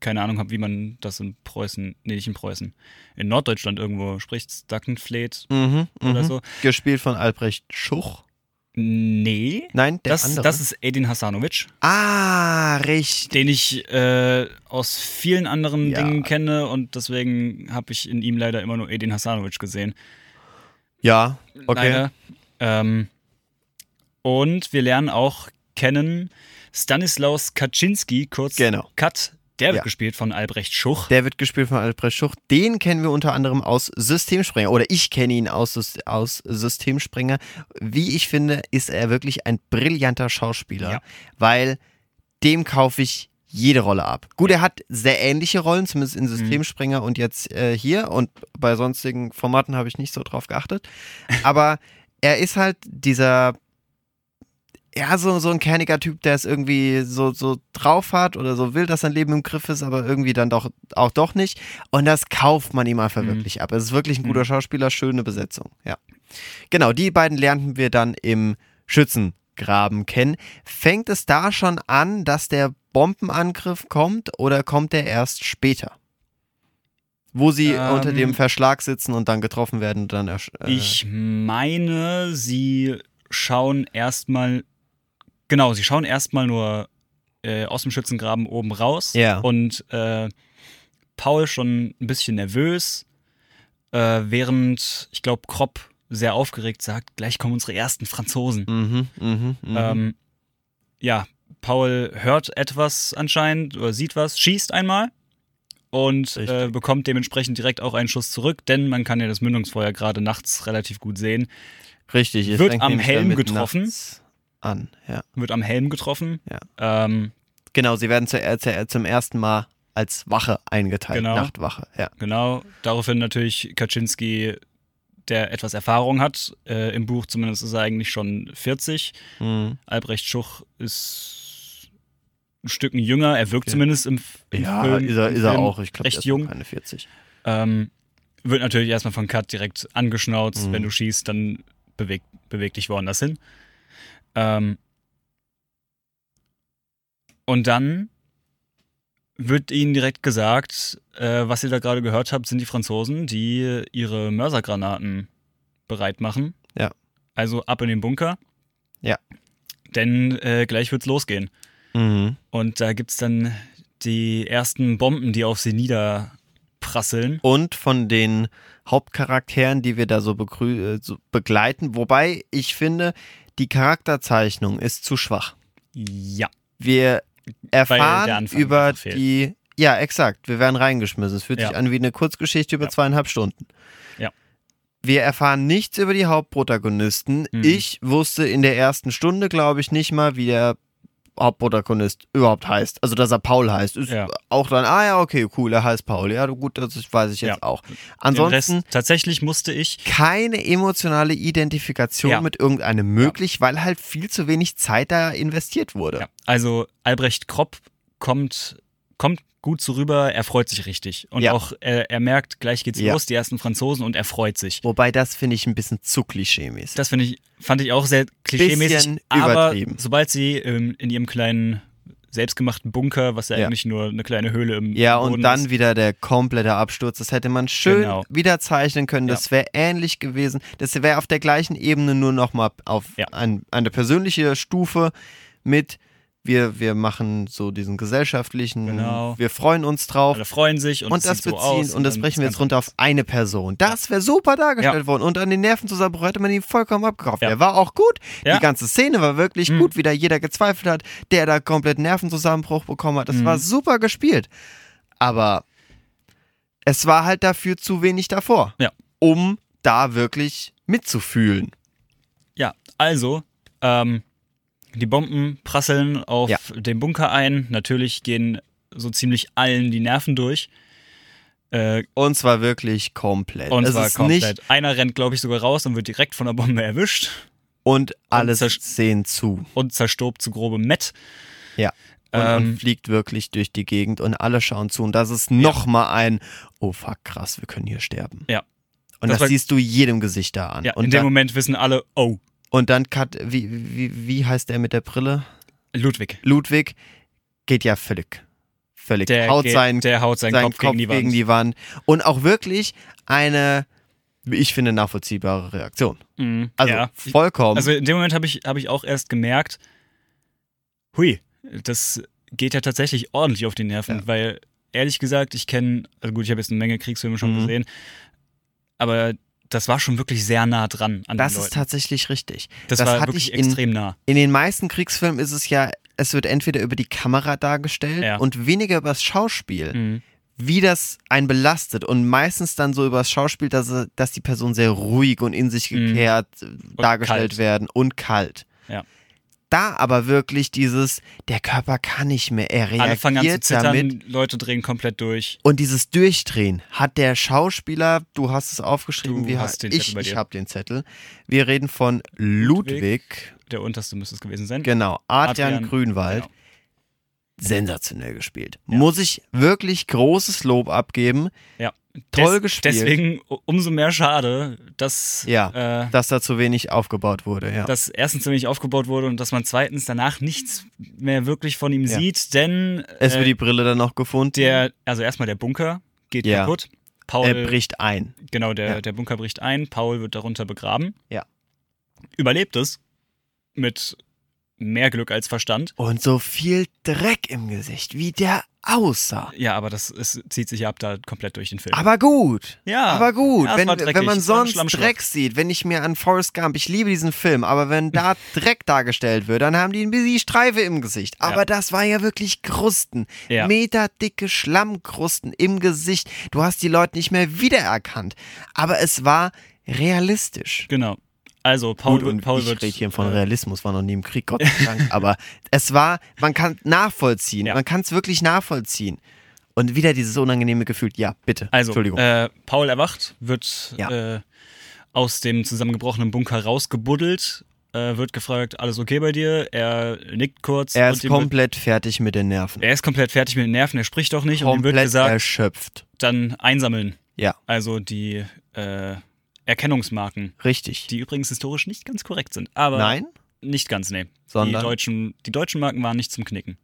S2: keine Ahnung habe, wie man das in Preußen, nee, nicht in Preußen, in Norddeutschland irgendwo spricht. Stackenfleet
S1: mhm,
S2: oder
S1: mhm.
S2: so.
S1: gespielt von Albrecht Schuch.
S2: Nee.
S1: Nein, der
S2: Das,
S1: andere.
S2: das ist Edin Hasanovic.
S1: Ah, richtig.
S2: den ich äh, aus vielen anderen
S1: Ja.
S2: Dingen kenne und deswegen habe ich in ihm leider immer nur Edin Hasanovic gesehen.
S1: Ja, okay.
S2: Leider. Ähm, und wir lernen auch kennen Stanislaus Kaczynski, kurz
S1: Genau.
S2: Kat, der wird
S1: Ja.
S2: gespielt von Albrecht Schuch.
S1: Der wird gespielt von Albrecht Schuch. Den kennen wir unter anderem aus Systemspringer. Oder ich kenne ihn aus, Sys- aus Systemspringer. Wie ich finde, ist er wirklich ein brillanter Schauspieler,
S2: Ja.
S1: weil dem kaufe ich jede Rolle ab. Gut, er hat sehr ähnliche Rollen, zumindest in Systemspringer und jetzt äh, hier. Und bei sonstigen Formaten habe ich nicht so drauf geachtet. Aber [laughs] er ist halt dieser ja, so, so ein kerniger Typ, der es irgendwie so, so drauf hat oder so will, dass sein Leben im Griff ist, aber irgendwie dann doch auch doch nicht. Und das kauft man ihm einfach
S2: Mhm.
S1: wirklich ab. Es ist wirklich ein
S2: Mhm.
S1: guter Schauspieler, schöne Besetzung, ja. Genau, die beiden lernten wir dann im Schützen, Graben kennen. Fängt es da schon an, dass der Bombenangriff kommt oder kommt der erst später? Wo sie
S2: Ähm,
S1: unter dem Verschlag sitzen und dann getroffen werden und dann ersch- äh,
S2: Ich meine, sie schauen erstmal, genau, sie schauen erstmal nur äh, aus dem Schützengraben oben raus.
S1: Ja.
S2: Und äh, Paul schon ein bisschen nervös, äh, während, ich glaube, Kropp sehr aufgeregt sagt, gleich kommen unsere ersten Franzosen.
S1: Mhm, mhm, mhm.
S2: Ähm, ja, Paul hört etwas anscheinend oder sieht was, schießt einmal und äh,
S1: Richtig.
S2: bekommt dementsprechend direkt auch einen Schuss zurück, denn man kann ja das Mündungsfeuer gerade nachts relativ gut sehen.
S1: Richtig. es
S2: wird
S1: fängt
S2: am
S1: nämlich
S2: Helm
S1: damit
S2: getroffen?
S1: nachts An, ja.
S2: Wird am Helm getroffen. Ähm,
S1: Genau, sie werden zu, zu, zum ersten Mal als Wache eingeteilt,
S2: Genau.
S1: Nachtwache. Ja.
S2: genau. Daraufhin natürlich Kaczynski, der etwas Erfahrung hat. Äh, Im Buch zumindest ist er eigentlich schon 40.
S1: Mhm.
S2: Albrecht Schuch ist ein Stück jünger. Er wirkt
S1: Ja.
S2: zumindest im, F- im
S1: Ja,
S2: Film.
S1: ist er,
S2: im
S1: ist er
S2: Film
S1: auch. Ich glaube,
S2: recht jung.
S1: Keine 40.
S2: Ähm, wird natürlich erstmal von Cut direkt angeschnauzt.
S1: Mhm.
S2: Wenn du schießt, dann bewegt beweg dich woanders hin. Ähm, und dann wird ihnen direkt gesagt, äh, was ihr da gerade gehört habt, sind die Franzosen, die ihre Mörsergranaten bereit machen.
S1: Ja.
S2: Also ab in den Bunker.
S1: Ja.
S2: Denn äh, gleich wird's losgehen.
S1: Mhm.
S2: Und da gibt's dann die ersten Bomben, die auf sie niederprasseln.
S1: und von den Hauptcharakteren, die wir da so, begrü- äh, so begleiten. Wobei ich finde, die Charakterzeichnung ist zu schwach.
S2: Ja.
S1: Wir
S2: der
S1: erfahren
S2: Anfang
S1: über
S2: einfach fehlt.
S1: die. Ja, exakt. Wir werden reingeschmissen. Es fühlt
S2: Ja.
S1: sich an wie eine Kurzgeschichte über
S2: Ja.
S1: zweieinhalb Stunden.
S2: Ja.
S1: Wir erfahren nichts über die Hauptprotagonisten.
S2: Mhm.
S1: Ich wusste in der ersten Stunde, glaube ich, nicht mal, wie der Hauptprotagonist überhaupt heißt. Also, dass er Paul heißt. Ist
S2: Ja.
S1: auch dann, ah ja, okay, cool, er heißt Paul. Ja, gut, das weiß ich jetzt
S2: Ja.
S1: auch.
S2: Den
S1: Ansonsten
S2: Rest, tatsächlich musste ich,
S1: keine emotionale Identifikation
S2: Ja.
S1: mit irgendeinem möglich, weil halt viel zu wenig Zeit da investiert wurde.
S2: ja, also Albrecht Kropp kommt, kommt gut so rüber, er freut sich richtig. Und
S1: Ja.
S2: auch äh, er, er merkt, gleich geht's
S1: Ja.
S2: los, die ersten Franzosen und er freut sich.
S1: Wobei das finde ich ein bisschen zu klischeemäßig.
S2: Das finde ich, fand ich auch sehr klischeemäßig.
S1: Bisschen
S2: Aber
S1: übertrieben.
S2: sobald sie ähm, in ihrem kleinen selbstgemachten Bunker, was ja,
S1: Ja.
S2: eigentlich nur eine kleine Höhle im
S1: ja, und
S2: Boden
S1: dann
S2: ist,
S1: wieder der komplette Absturz. Das hätte man schön
S2: Genau.
S1: wieder zeichnen können.
S2: Ja.
S1: Das wäre ähnlich gewesen. Das wäre auf der gleichen Ebene nur nochmal auf
S2: Ja.
S1: ein, eine persönliche Stufe mit. Wir, wir machen so diesen gesellschaftlichen,
S2: Genau.
S1: wir freuen uns drauf.
S2: alle freuen sich und,
S1: und,
S2: es
S1: das
S2: sieht so
S1: beziehen
S2: aus
S1: und das
S2: dann
S1: brechen wir
S2: ist
S1: jetzt runter auf eine Person. Das wäre super dargestellt worden und an den Nervenzusammenbruch hätte man ihn vollkommen abgekauft.
S2: Ja.
S1: Der war auch gut.
S2: Ja.
S1: Die ganze Szene war wirklich
S2: Mhm.
S1: gut, wie da jeder gezweifelt hat, der da komplett Nervenzusammenbruch bekommen hat. Das
S2: Mhm.
S1: war super gespielt. Aber es war halt dafür zu wenig davor,
S2: Ja.
S1: um da wirklich mitzufühlen.
S2: Ja, also, ähm, die Bomben prasseln auf
S1: Ja.
S2: den Bunker ein. Natürlich gehen so ziemlich allen die Nerven durch. Äh,
S1: Und zwar wirklich komplett.
S2: und
S1: es
S2: zwar
S1: ist
S2: komplett.
S1: nicht
S2: Einer rennt, glaube ich, sogar raus und wird direkt von der Bombe erwischt
S1: und alle
S2: zerst-
S1: sehen zu.
S2: und zerstobt zu grobem Met.
S1: Ja. Und,
S2: Ähm,
S1: und fliegt wirklich durch die Gegend und alle schauen zu. Und das ist nochmal ein, oh fuck, krass, wir können hier sterben.
S2: Ja.
S1: Und
S2: Das
S1: das,
S2: war-
S1: siehst du jedem Gesicht da an.
S2: ja, in
S1: und,
S2: dem
S1: dann,
S2: Moment wissen alle, oh,
S1: und dann, Kat, wie, wie, wie heißt der mit der Brille?
S2: Ludwig.
S1: Ludwig geht ja völlig, völlig,
S2: Der
S1: haut
S2: geht-
S1: seinen,
S2: der haut seinen, Kopf, gegen die Wand.
S1: Wand. Und auch wirklich eine, wie ich finde, nachvollziehbare Reaktion.
S2: Mhm,
S1: Also
S2: ja.
S1: vollkommen.
S2: Also in dem Moment habe ich, hab ich auch erst gemerkt, hui, das geht ja tatsächlich ordentlich auf die Nerven,
S1: Ja.
S2: weil ehrlich gesagt, ich kenne, also gut, ich habe jetzt eine Menge Kriegsfilme schon
S1: Mhm.
S2: gesehen, aber das war schon wirklich sehr nah dran an
S1: das
S2: den
S1: ist
S2: Leuten.
S1: tatsächlich richtig.
S2: Das,
S1: das
S2: war
S1: hatte
S2: wirklich
S1: ich in-
S2: extrem nah.
S1: In den meisten Kriegsfilmen ist es ja, es wird entweder über die Kamera dargestellt
S2: Ja.
S1: und weniger über das Schauspiel,
S2: Mhm.
S1: wie das einen belastet. Und meistens dann so über das Schauspiel, dass, er- dass die Personen sehr ruhig und in sich
S2: Mhm.
S1: gekehrt äh, dargestellt
S2: kalt.
S1: werden und kalt.
S2: Ja.
S1: Da aber wirklich dieses, der Körper kann nicht mehr, er
S2: Alle fangen an zu
S1: äh, reagiert
S2: zittern,
S1: damit.
S2: Leute drehen komplett durch.
S1: Und dieses Durchdrehen hat der Schauspieler, du hast es aufgeschrieben,
S2: Du
S1: wie
S2: hast
S1: he-
S2: den Zettel
S1: ich,
S2: bei
S1: ich
S2: dir.
S1: habe den Zettel. Wir reden von Ludwig,
S2: Der unterste müsste es gewesen sein.
S1: genau, Adrian,
S2: Adrian,
S1: Grünwald.
S2: Genau.
S1: sensationell gespielt. Muss ich wirklich großes Lob abgeben,
S2: Ja.
S1: Toll gespielt.
S2: Deswegen u- umso mehr schade, dass,
S1: Ja.
S2: äh,
S1: dass da zu wenig aufgebaut wurde. Ja.
S2: dass erstens ziemlich aufgebaut wurde und dass man zweitens danach nichts mehr wirklich von ihm
S1: Ja.
S2: sieht, denn
S1: Es wird
S2: äh,
S1: die Brille dann noch gefunden.
S2: der, also erstmal der Bunker geht
S1: Ja.
S2: kaputt. Paul,
S1: er bricht ein.
S2: genau, der,
S1: ja.
S2: der Bunker bricht ein, Paul wird darunter begraben.
S1: Ja.
S2: Überlebt es mit mehr Glück als Verstand.
S1: Und so viel Dreck im Gesicht, wie der aussah.
S2: Ja, aber das ist, zieht sich ja ab da komplett durch den Film.
S1: Aber gut.
S2: ja,
S1: Aber gut,
S2: Ja, es
S1: wenn,
S2: war dreckig.
S1: wenn man
S2: Es war ein
S1: sonst
S2: Schlammschlacht.
S1: Dreck sieht, wenn ich mir an Forrest Gump, ich liebe diesen Film, aber wenn
S2: [laughs]
S1: da Dreck dargestellt wird, dann haben die ein bisschen Streife im Gesicht. Aber
S2: Ja.
S1: das war ja wirklich Krusten.
S2: Ja.
S1: Meterdicke Schlammkrusten im Gesicht. Du hast die Leute nicht mehr wiedererkannt. Aber es war realistisch.
S2: Genau. Also Paul,
S1: Gut, und
S2: Paul
S1: ich
S2: wird.
S1: rede hier von
S2: äh,
S1: Realismus, war noch nie im Krieg,
S2: [laughs]
S1: Gott sei Dank. aber es war, man kann nachvollziehen,
S2: Ja.
S1: man kann es wirklich nachvollziehen. Und wieder dieses unangenehme Gefühl, ja, bitte,
S2: Also,
S1: Entschuldigung.
S2: äh, Paul erwacht, wird
S1: Ja.
S2: äh, aus dem zusammengebrochenen Bunker rausgebuddelt, äh, wird gefragt, alles okay bei dir? Er nickt kurz.
S1: er
S2: und
S1: ist
S2: ihm wird-
S1: komplett fertig mit den Nerven.
S2: er ist komplett fertig mit den Nerven, er spricht doch nicht. Und ihm wird
S1: komplett
S2: gesagt,
S1: erschöpft.
S2: dann einsammeln.
S1: Ja,
S2: Also die äh, Erkennungsmarken,
S1: richtig.
S2: die übrigens historisch nicht ganz korrekt sind. Aber
S1: Nein,
S2: nicht ganz, nee. Die
S1: sondern
S2: deutschen, die deutschen Marken waren nicht zum Knicken.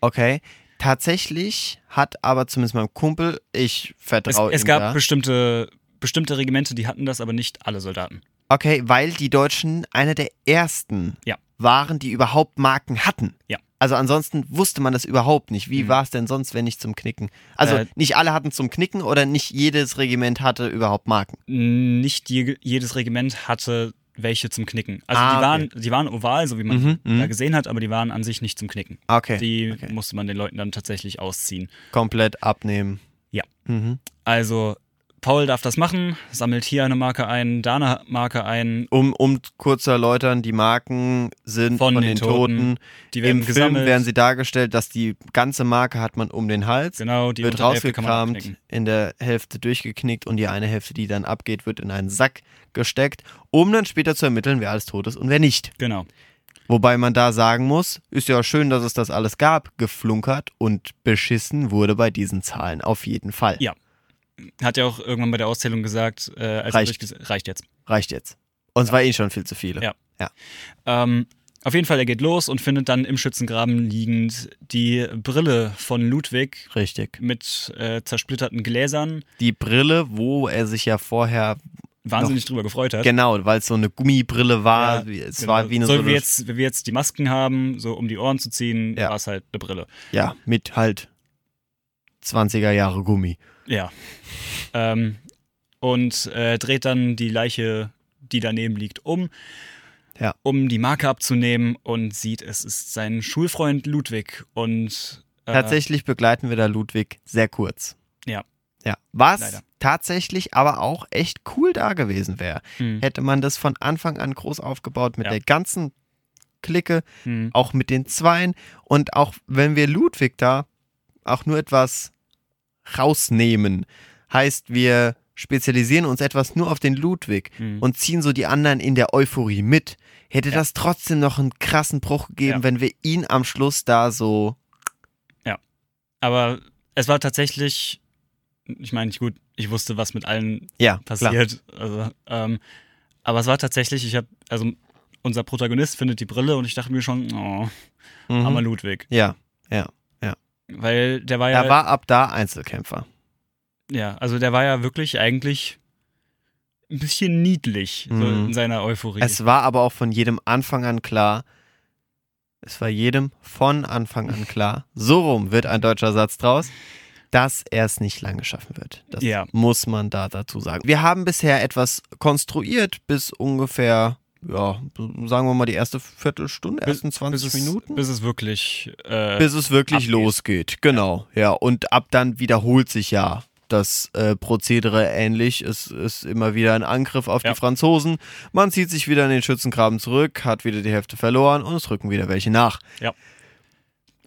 S1: okay. Tatsächlich hat aber zumindest mein Kumpel, ich
S2: Es,
S1: vertraue ihm
S2: es gab
S1: da.
S2: bestimmte, bestimmte Regimente, die hatten das, aber nicht alle Soldaten.
S1: Okay, weil die Deutschen einer der ersten
S2: Ja.
S1: waren, die überhaupt Marken hatten.
S2: Ja. Mhm.
S1: Also ansonsten wusste man das überhaupt nicht. Wie war es denn sonst, wenn nicht zum Knicken? Also
S2: Äh,
S1: nicht alle hatten zum Knicken oder nicht jedes Regiment hatte überhaupt Marken.
S2: nicht je, jedes Regiment hatte welche zum Knicken. Also
S1: Ah,
S2: die, waren,
S1: okay.
S2: die waren oval, so wie man
S1: Mhm,
S2: da
S1: mhm.
S2: gesehen hat, aber die waren an sich nicht zum Knicken.
S1: Okay,
S2: Die
S1: okay.
S2: musste man den Leuten dann tatsächlich ausziehen.
S1: komplett abnehmen.
S2: Ja.
S1: Mhm.
S2: Also Paul darf das machen, sammelt hier eine Marke ein, da eine Marke ein,
S1: Um, um kurz zu erläutern, die Marken sind von, den, Toten
S2: die werden
S1: Im Film
S2: gesammelt.
S1: werden sie dargestellt, dass die ganze Marke hat man um den Hals,
S2: genau, die
S1: wird
S2: untere Hälfte kann man
S1: rausgekramt,
S2: abknicken.
S1: in der Hälfte durchgeknickt und die eine Hälfte, die dann abgeht, wird in einen Sack gesteckt, um dann später zu ermitteln, wer alles tot ist und wer nicht.
S2: Genau.
S1: Wobei man da sagen muss, ist ja schön, dass es das alles gab, geflunkert und beschissen wurde bei diesen Zahlen auf jeden Fall.
S2: Ja. Hat ja auch irgendwann bei der Auszählung gesagt, äh, als er
S1: Reicht.
S2: durchges- reicht jetzt.
S1: Reicht jetzt. Und es war eh schon viel zu viele.
S2: Ja. Ähm, auf jeden Fall, er geht los und findet dann im Schützengraben liegend die Brille von Ludwig,
S1: Richtig.
S2: mit äh, zersplitterten Gläsern
S1: Die Brille, wo er sich ja vorher,
S2: wahnsinnig drüber gefreut hat.
S1: genau, weil es so eine Gummibrille war,
S2: Ja,
S1: wie- es
S2: genau.
S1: war wie eine
S2: so,
S1: so
S2: wie
S1: eine,
S2: jetzt, wenn wir jetzt die Masken haben, so um die Ohren zu ziehen,
S1: Ja.
S2: war es halt eine Brille.
S1: Ja, mit halt 20er Jahre Gummi.
S2: Ja. ähm, und äh, dreht dann die Leiche, die daneben liegt, um,
S1: Ja.
S2: um die Marke abzunehmen und sieht, es ist sein Schulfreund Ludwig und äh,
S1: Tatsächlich begleiten wir da Ludwig sehr kurz.
S2: Ja.
S1: Ja. Was
S2: Leider.
S1: tatsächlich aber auch echt cool da gewesen wäre.
S2: Hm,
S1: Hätte man das von Anfang an groß aufgebaut mit
S2: Ja.
S1: der ganzen Clique,
S2: hm,
S1: auch mit den Zweien. Und auch wenn wir Ludwig da auch nur etwas rausnehmen, heißt, wir spezialisieren uns etwas nur auf den Ludwig.
S2: hm.
S1: und ziehen so die anderen in der Euphorie mit. Hätte
S2: Ja.
S1: das trotzdem noch einen krassen Bruch gegeben,
S2: Ja.
S1: wenn wir ihn am Schluss da so.
S2: Aber es war tatsächlich, ich meine, ich- gut, ich wusste, was mit allen
S1: Ja, klar.
S2: passiert. Also, ähm, aber es war tatsächlich, ich habe, also unser Protagonist findet die Brille und ich dachte mir schon, oh,
S1: Mhm.
S2: armer Ludwig.
S1: ja,
S2: Weil der war ja,
S1: er war ab da Einzelkämpfer.
S2: ja, also der war ja wirklich eigentlich ein bisschen niedlich so
S1: Mhm.
S2: in seiner Euphorie.
S1: Es war aber auch von jedem Anfang an klar, es war jedem von Anfang an klar, so rum wird ein deutscher Satz draus, dass er es nicht lange schaffen wird. Das
S2: Ja.
S1: muss man da dazu sagen. Wir haben bisher etwas konstruiert bis ungefähr, ja, sagen wir mal die erste Viertelstunde, ersten 20
S2: bis
S1: Minuten.
S2: Es, bis es wirklich, äh,
S1: bis es wirklich
S2: abgeht.
S1: losgeht. Genau, ja. Und ab dann wiederholt sich ja das äh, Prozedere ähnlich. Es ist immer wieder ein Angriff auf
S2: Ja.
S1: die Franzosen. Man zieht sich wieder in den Schützengraben zurück, hat wieder die Hälfte verloren und es rücken wieder welche nach.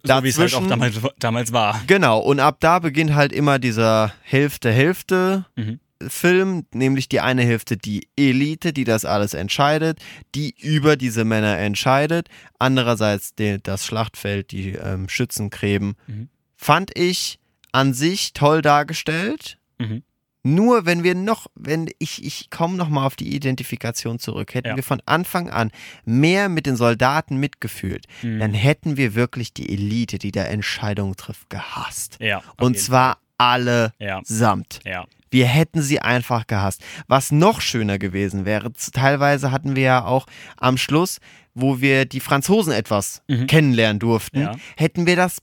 S2: so wie es halt auch
S1: dazwischen-
S2: damals, damals war.
S1: Genau, und ab da beginnt halt immer dieser Hälfte-Hälfte.
S2: Mhm.
S1: Film, nämlich die eine Hälfte die Elite, die das alles entscheidet, die über diese Männer entscheidet, andererseits die, das Schlachtfeld, die ähm, Schützengräben,
S2: Mhm.
S1: fand ich an sich toll dargestellt.
S2: Mhm.
S1: Nur wenn wir noch, wenn ich, ich komme nochmal auf die Identifikation zurück, hätten
S2: Ja.
S1: wir von Anfang an mehr mit den Soldaten mitgefühlt,
S2: Mhm.
S1: dann hätten wir wirklich die Elite, die da Entscheidungen trifft, gehasst.
S2: Ja. auf
S1: Und
S2: jeden
S1: zwar alle
S2: Fall. Ja.
S1: samt.
S2: Ja.
S1: Wir hätten sie einfach gehasst. Was noch schöner gewesen wäre, z- teilweise hatten wir ja auch am Schluss, wo wir die Franzosen etwas
S2: Mhm.
S1: kennenlernen durften,
S2: Ja.
S1: hätten wir das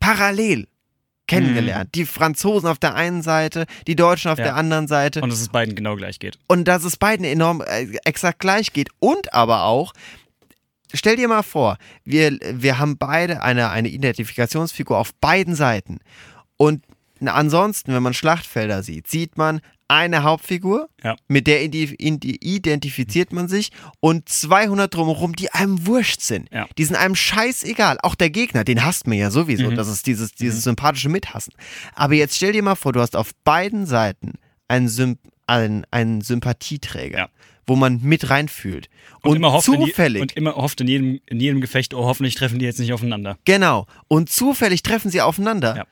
S1: parallel kennengelernt. Die Franzosen auf der einen Seite, die Deutschen auf
S2: Mhm. Ja.
S1: der anderen Seite.
S2: Und dass es beiden genau gleich geht.
S1: Und dass es beiden enorm äh, exakt gleich geht. Und aber auch, stell dir mal vor, wir, wir haben beide eine, eine Identifikationsfigur auf beiden Seiten. Und na, ansonsten, wenn man Schlachtfelder sieht, sieht man eine Hauptfigur,
S2: Ja.
S1: mit der indi- indi- identifiziert man sich und 200 drumherum, die einem wurscht sind.
S2: Ja.
S1: Die sind einem scheißegal. Auch der Gegner, den hasst man ja sowieso.
S2: Mhm.
S1: Das ist dieses, dieses sympathische Mithassen. Aber jetzt stell dir mal vor, du hast auf beiden Seiten einen, Symp einen, einen Sympathieträger,
S2: Ja.
S1: wo man mit reinfühlt. Und,
S2: immer hofft In, je-
S1: zufällig,
S2: und immer hofft in jedem, in jedem Gefecht, oh, hoffentlich treffen die jetzt nicht aufeinander.
S1: genau, und zufällig treffen sie aufeinander.
S2: Ja.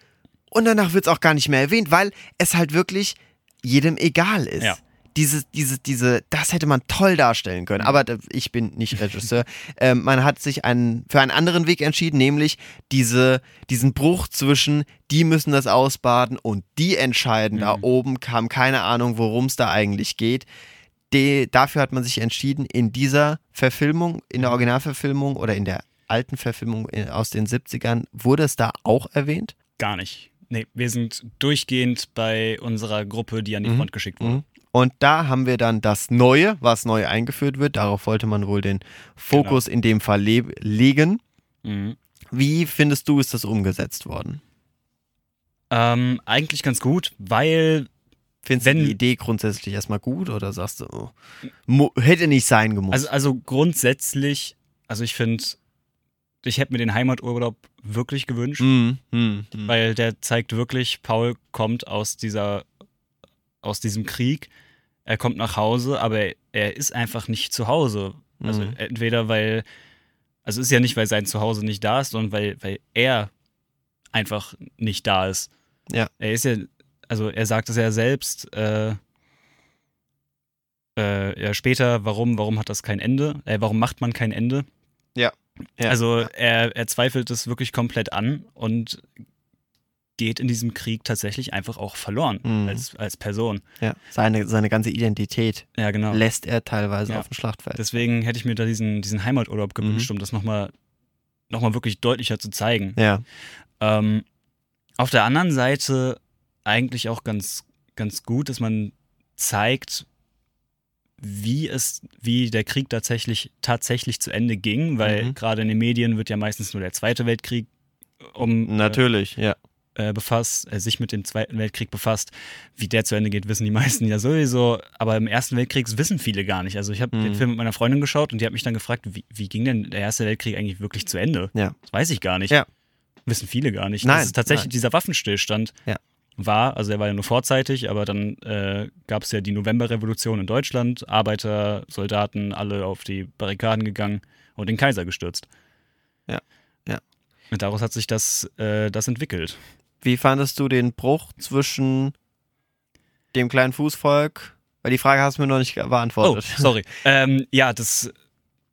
S1: Und danach wird es auch gar nicht mehr erwähnt, weil es halt wirklich jedem egal ist.
S2: Ja.
S1: Diese, diese, diese, das hätte man toll darstellen können.
S2: Mhm.
S1: Aber da- ich bin nicht Regisseur. [laughs] ähm, man hat sich einen, für einen anderen Weg entschieden, nämlich diese, diesen Bruch zwischen, die müssen das ausbaden und die entscheiden.
S2: Mhm.
S1: Da oben kam keine Ahnung, worum es da eigentlich geht. De, dafür hat man sich entschieden, in dieser Verfilmung, in
S2: Mhm.
S1: der Originalverfilmung oder in der alten Verfilmung äh, aus den 70ern, wurde es da auch erwähnt?
S2: Gar nicht. Nee, wir sind durchgehend bei unserer Gruppe, die an die Front geschickt wurde.
S1: Mhm. Und da haben wir dann das Neue, was neu eingeführt wird. Darauf wollte man wohl den Fokus
S2: Genau.
S1: in dem Fall le legen.
S2: Mhm.
S1: Wie findest du, ist das umgesetzt worden?
S2: Ähm, eigentlich ganz gut, weil
S1: Findest
S2: Wenn-
S1: du die Idee grundsätzlich erstmal gut oder sagst du, oh, mu- hätte nicht sein gemusst?
S2: Also, also grundsätzlich, also ich finde, ich hätte mir den Heimaturlaub wirklich gewünscht,
S1: Mhm, mhm, mhm.
S2: weil der zeigt wirklich, Paul kommt aus dieser, aus diesem Krieg, er kommt nach Hause, aber er ist einfach nicht zu Hause. Also
S1: Mhm.
S2: entweder weil, also es ist ja nicht, weil sein Zuhause nicht da ist, sondern weil, weil er einfach nicht da ist.
S1: Ja.
S2: Er ist ja, also er sagt es ja selbst, äh, äh, ja, später, warum, warum hat das kein Ende? Äh, warum macht man kein Ende?
S1: Ja. Ja.
S2: Also er, er zweifelt es wirklich komplett an und geht in diesem Krieg tatsächlich einfach auch verloren
S1: Mhm.
S2: als, als Person.
S1: ja. seine, seine ganze Identität
S2: Ja, genau.
S1: lässt er teilweise
S2: Ja.
S1: auf dem Schlachtfeld.
S2: Deswegen hätte ich mir da diesen, diesen Heimaturlaub gewünscht,
S1: Mhm.
S2: um das nochmal noch mal wirklich deutlicher zu zeigen.
S1: ja.
S2: Ähm, auf der anderen Seite eigentlich auch ganz, ganz gut, dass man zeigt, wie es, wie der Krieg tatsächlich, tatsächlich zu Ende ging, weil
S1: Mhm.
S2: gerade in den Medien wird ja meistens nur der Zweite Weltkrieg um äh,
S1: Natürlich, ja.
S2: äh, befasst, äh, sich mit dem Zweiten Weltkrieg befasst. Wie der zu Ende geht, wissen die meisten ja sowieso. Aber im Ersten Weltkrieg wissen viele gar nicht. Also ich habe
S1: Mhm.
S2: den Film mit meiner Freundin geschaut und die hat mich dann gefragt, wie, wie ging denn der Erste Weltkrieg eigentlich wirklich zu Ende?
S1: Ja.
S2: Das weiß ich gar nicht.
S1: Ja.
S2: Wissen viele gar nicht.
S1: Nein,
S2: Dass es tatsächlich
S1: nein.
S2: dieser Waffenstillstand
S1: Ja.
S2: war, also er war ja nur vorzeitig, aber dann äh, gab es ja die Novemberrevolution in Deutschland, Arbeiter, Soldaten, alle auf die Barrikaden gegangen und den Kaiser gestürzt.
S1: Ja, ja.
S2: Und daraus hat sich das, äh, das entwickelt.
S1: Wie fandest du den Bruch zwischen dem kleinen Fußvolk? Weil die Frage hast du mir noch nicht ge-
S2: Oh,
S1: beantwortet.
S2: sorry. [laughs] ähm, ja, das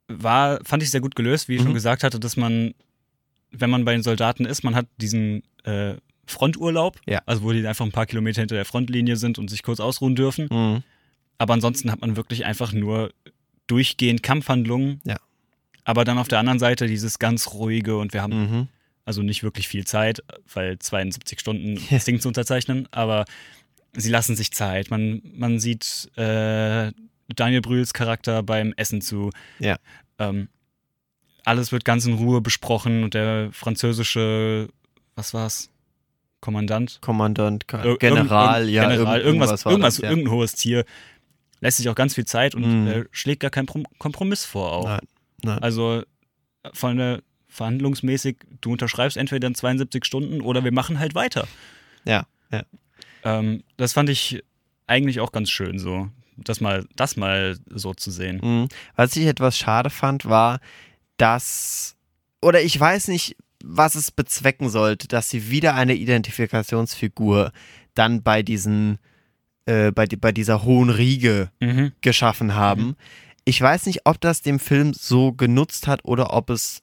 S2: war, fand ich sehr gut gelöst, wie ich schon
S1: Mhm.
S2: gesagt hatte, dass man, wenn man bei den Soldaten ist, man hat diesen äh, Fronturlaub,
S1: Ja.
S2: also wo die einfach ein paar Kilometer hinter der Frontlinie sind und sich kurz ausruhen dürfen.
S1: Mhm.
S2: Aber ansonsten hat man wirklich einfach nur durchgehend Kampfhandlungen.
S1: Ja.
S2: Aber dann auf der anderen Seite dieses ganz ruhige und wir haben
S1: Mhm.
S2: also nicht wirklich viel Zeit, weil 72 Stunden
S1: Ja.
S2: das Ding zu unterzeichnen, aber sie lassen sich Zeit. Man, man sieht äh, Daniel Brühls Charakter beim Essen zu.
S1: Ja.
S2: Ähm, alles wird ganz in Ruhe besprochen und der französische, was war's? Kommandant?
S1: Kommandant, Ka-
S2: Ir-
S1: Äh, General,
S2: Äh, irgend-
S1: ja,
S2: General,
S1: irgend-
S2: irgendwas, irgendwas,
S1: war
S2: irgendwas
S1: das, ja.
S2: irgendein hohes Tier. Lässt sich auch ganz viel Zeit und
S1: Mhm.
S2: äh, schlägt gar keinen Prom- Kompromiss vor auch.
S1: Nein, nein.
S2: Also von der verhandlungsmäßig, du unterschreibst entweder in 72 Stunden oder wir machen halt weiter.
S1: Ja, ja.
S2: Ähm, das fand ich eigentlich auch ganz schön, so das mal, das mal so zu sehen.
S1: Mhm. Was ich etwas schade fand, war, dass, oder ich weiß nicht, was es bezwecken sollte, dass sie wieder eine Identifikationsfigur dann bei diesen, äh, bei, di- bei dieser hohen Riege
S2: Mhm.
S1: geschaffen haben. Ich weiß nicht, ob das dem Film so genutzt hat oder ob es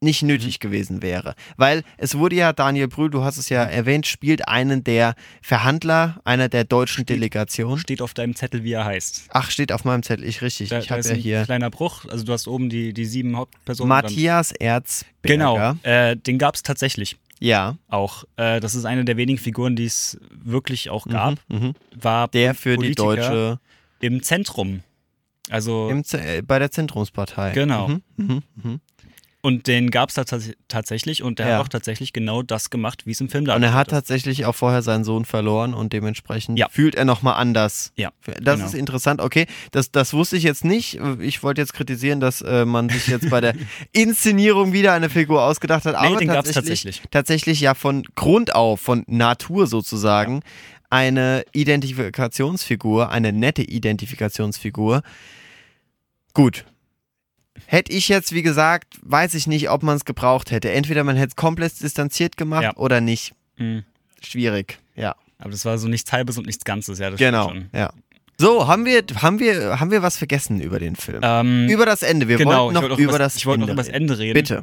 S1: nicht
S2: Mhm.
S1: nötig gewesen wäre. Weil es wurde ja, Daniel Brühl, du hast es
S2: Mhm.
S1: ja erwähnt, spielt einen der Verhandler einer der deutschen Delegation.
S2: Steht auf deinem Zettel, wie er heißt.
S1: Ach, steht auf meinem Zettel, ich richtig.
S2: Da,
S1: ich
S2: da
S1: habe
S2: ist
S1: ja
S2: ein
S1: hier
S2: kleiner Bruch. Also du hast oben die, die sieben Hauptpersonen.
S1: Matthias
S2: Dann, genau,
S1: Erzberger.
S2: äh, den gab es tatsächlich
S1: Ja.
S2: auch. Äh, das ist eine der wenigen Figuren, die es wirklich auch gab.
S1: Mhm, mhm.
S2: War
S1: Der für
S2: Politiker
S1: die deutsche,
S2: im Zentrum. Also
S1: im, Z- äh, bei der Zentrumspartei.
S2: Genau.
S1: Mhm, mhm, mhm.
S2: Und den gab es tats tatsächlich und der
S1: Ja.
S2: hat auch tatsächlich genau das gemacht, wie es im Film da
S1: Und er hat tatsächlich auch vorher seinen Sohn verloren und dementsprechend
S2: Ja.
S1: fühlt er nochmal anders.
S2: Ja,
S1: Das
S2: genau.
S1: ist interessant, okay. Das, das wusste ich jetzt nicht. Ich wollte jetzt kritisieren, dass äh, man sich jetzt bei
S2: [laughs]
S1: der Inszenierung wieder eine Figur ausgedacht hat.
S2: Nee,
S1: aber
S2: den gab's
S1: tatsächlich. Tatsächlich ja von Grund auf, von Natur sozusagen, eine Identifikationsfigur, eine nette Identifikationsfigur. Gut. Hätte ich jetzt, wie gesagt, weiß ich nicht, ob man es gebraucht hätte. Entweder man hätte es komplett distanziert gemacht
S2: Ja.
S1: oder nicht.
S2: Mhm.
S1: Schwierig, ja.
S2: Aber das war so nichts Halbes und nichts Ganzes, ja, das stimmt
S1: Genau,
S2: schon.
S1: ja. So, haben wir, haben, wir, haben wir was vergessen über den Film?
S2: Ähm,
S1: über das Ende. Wir
S2: genau,
S1: wollten
S2: ich
S1: noch
S2: wollte noch
S1: über
S2: was,
S1: das
S2: ich wollte
S1: Ende
S2: noch über das
S1: reden.
S2: Ende reden.
S1: Bitte.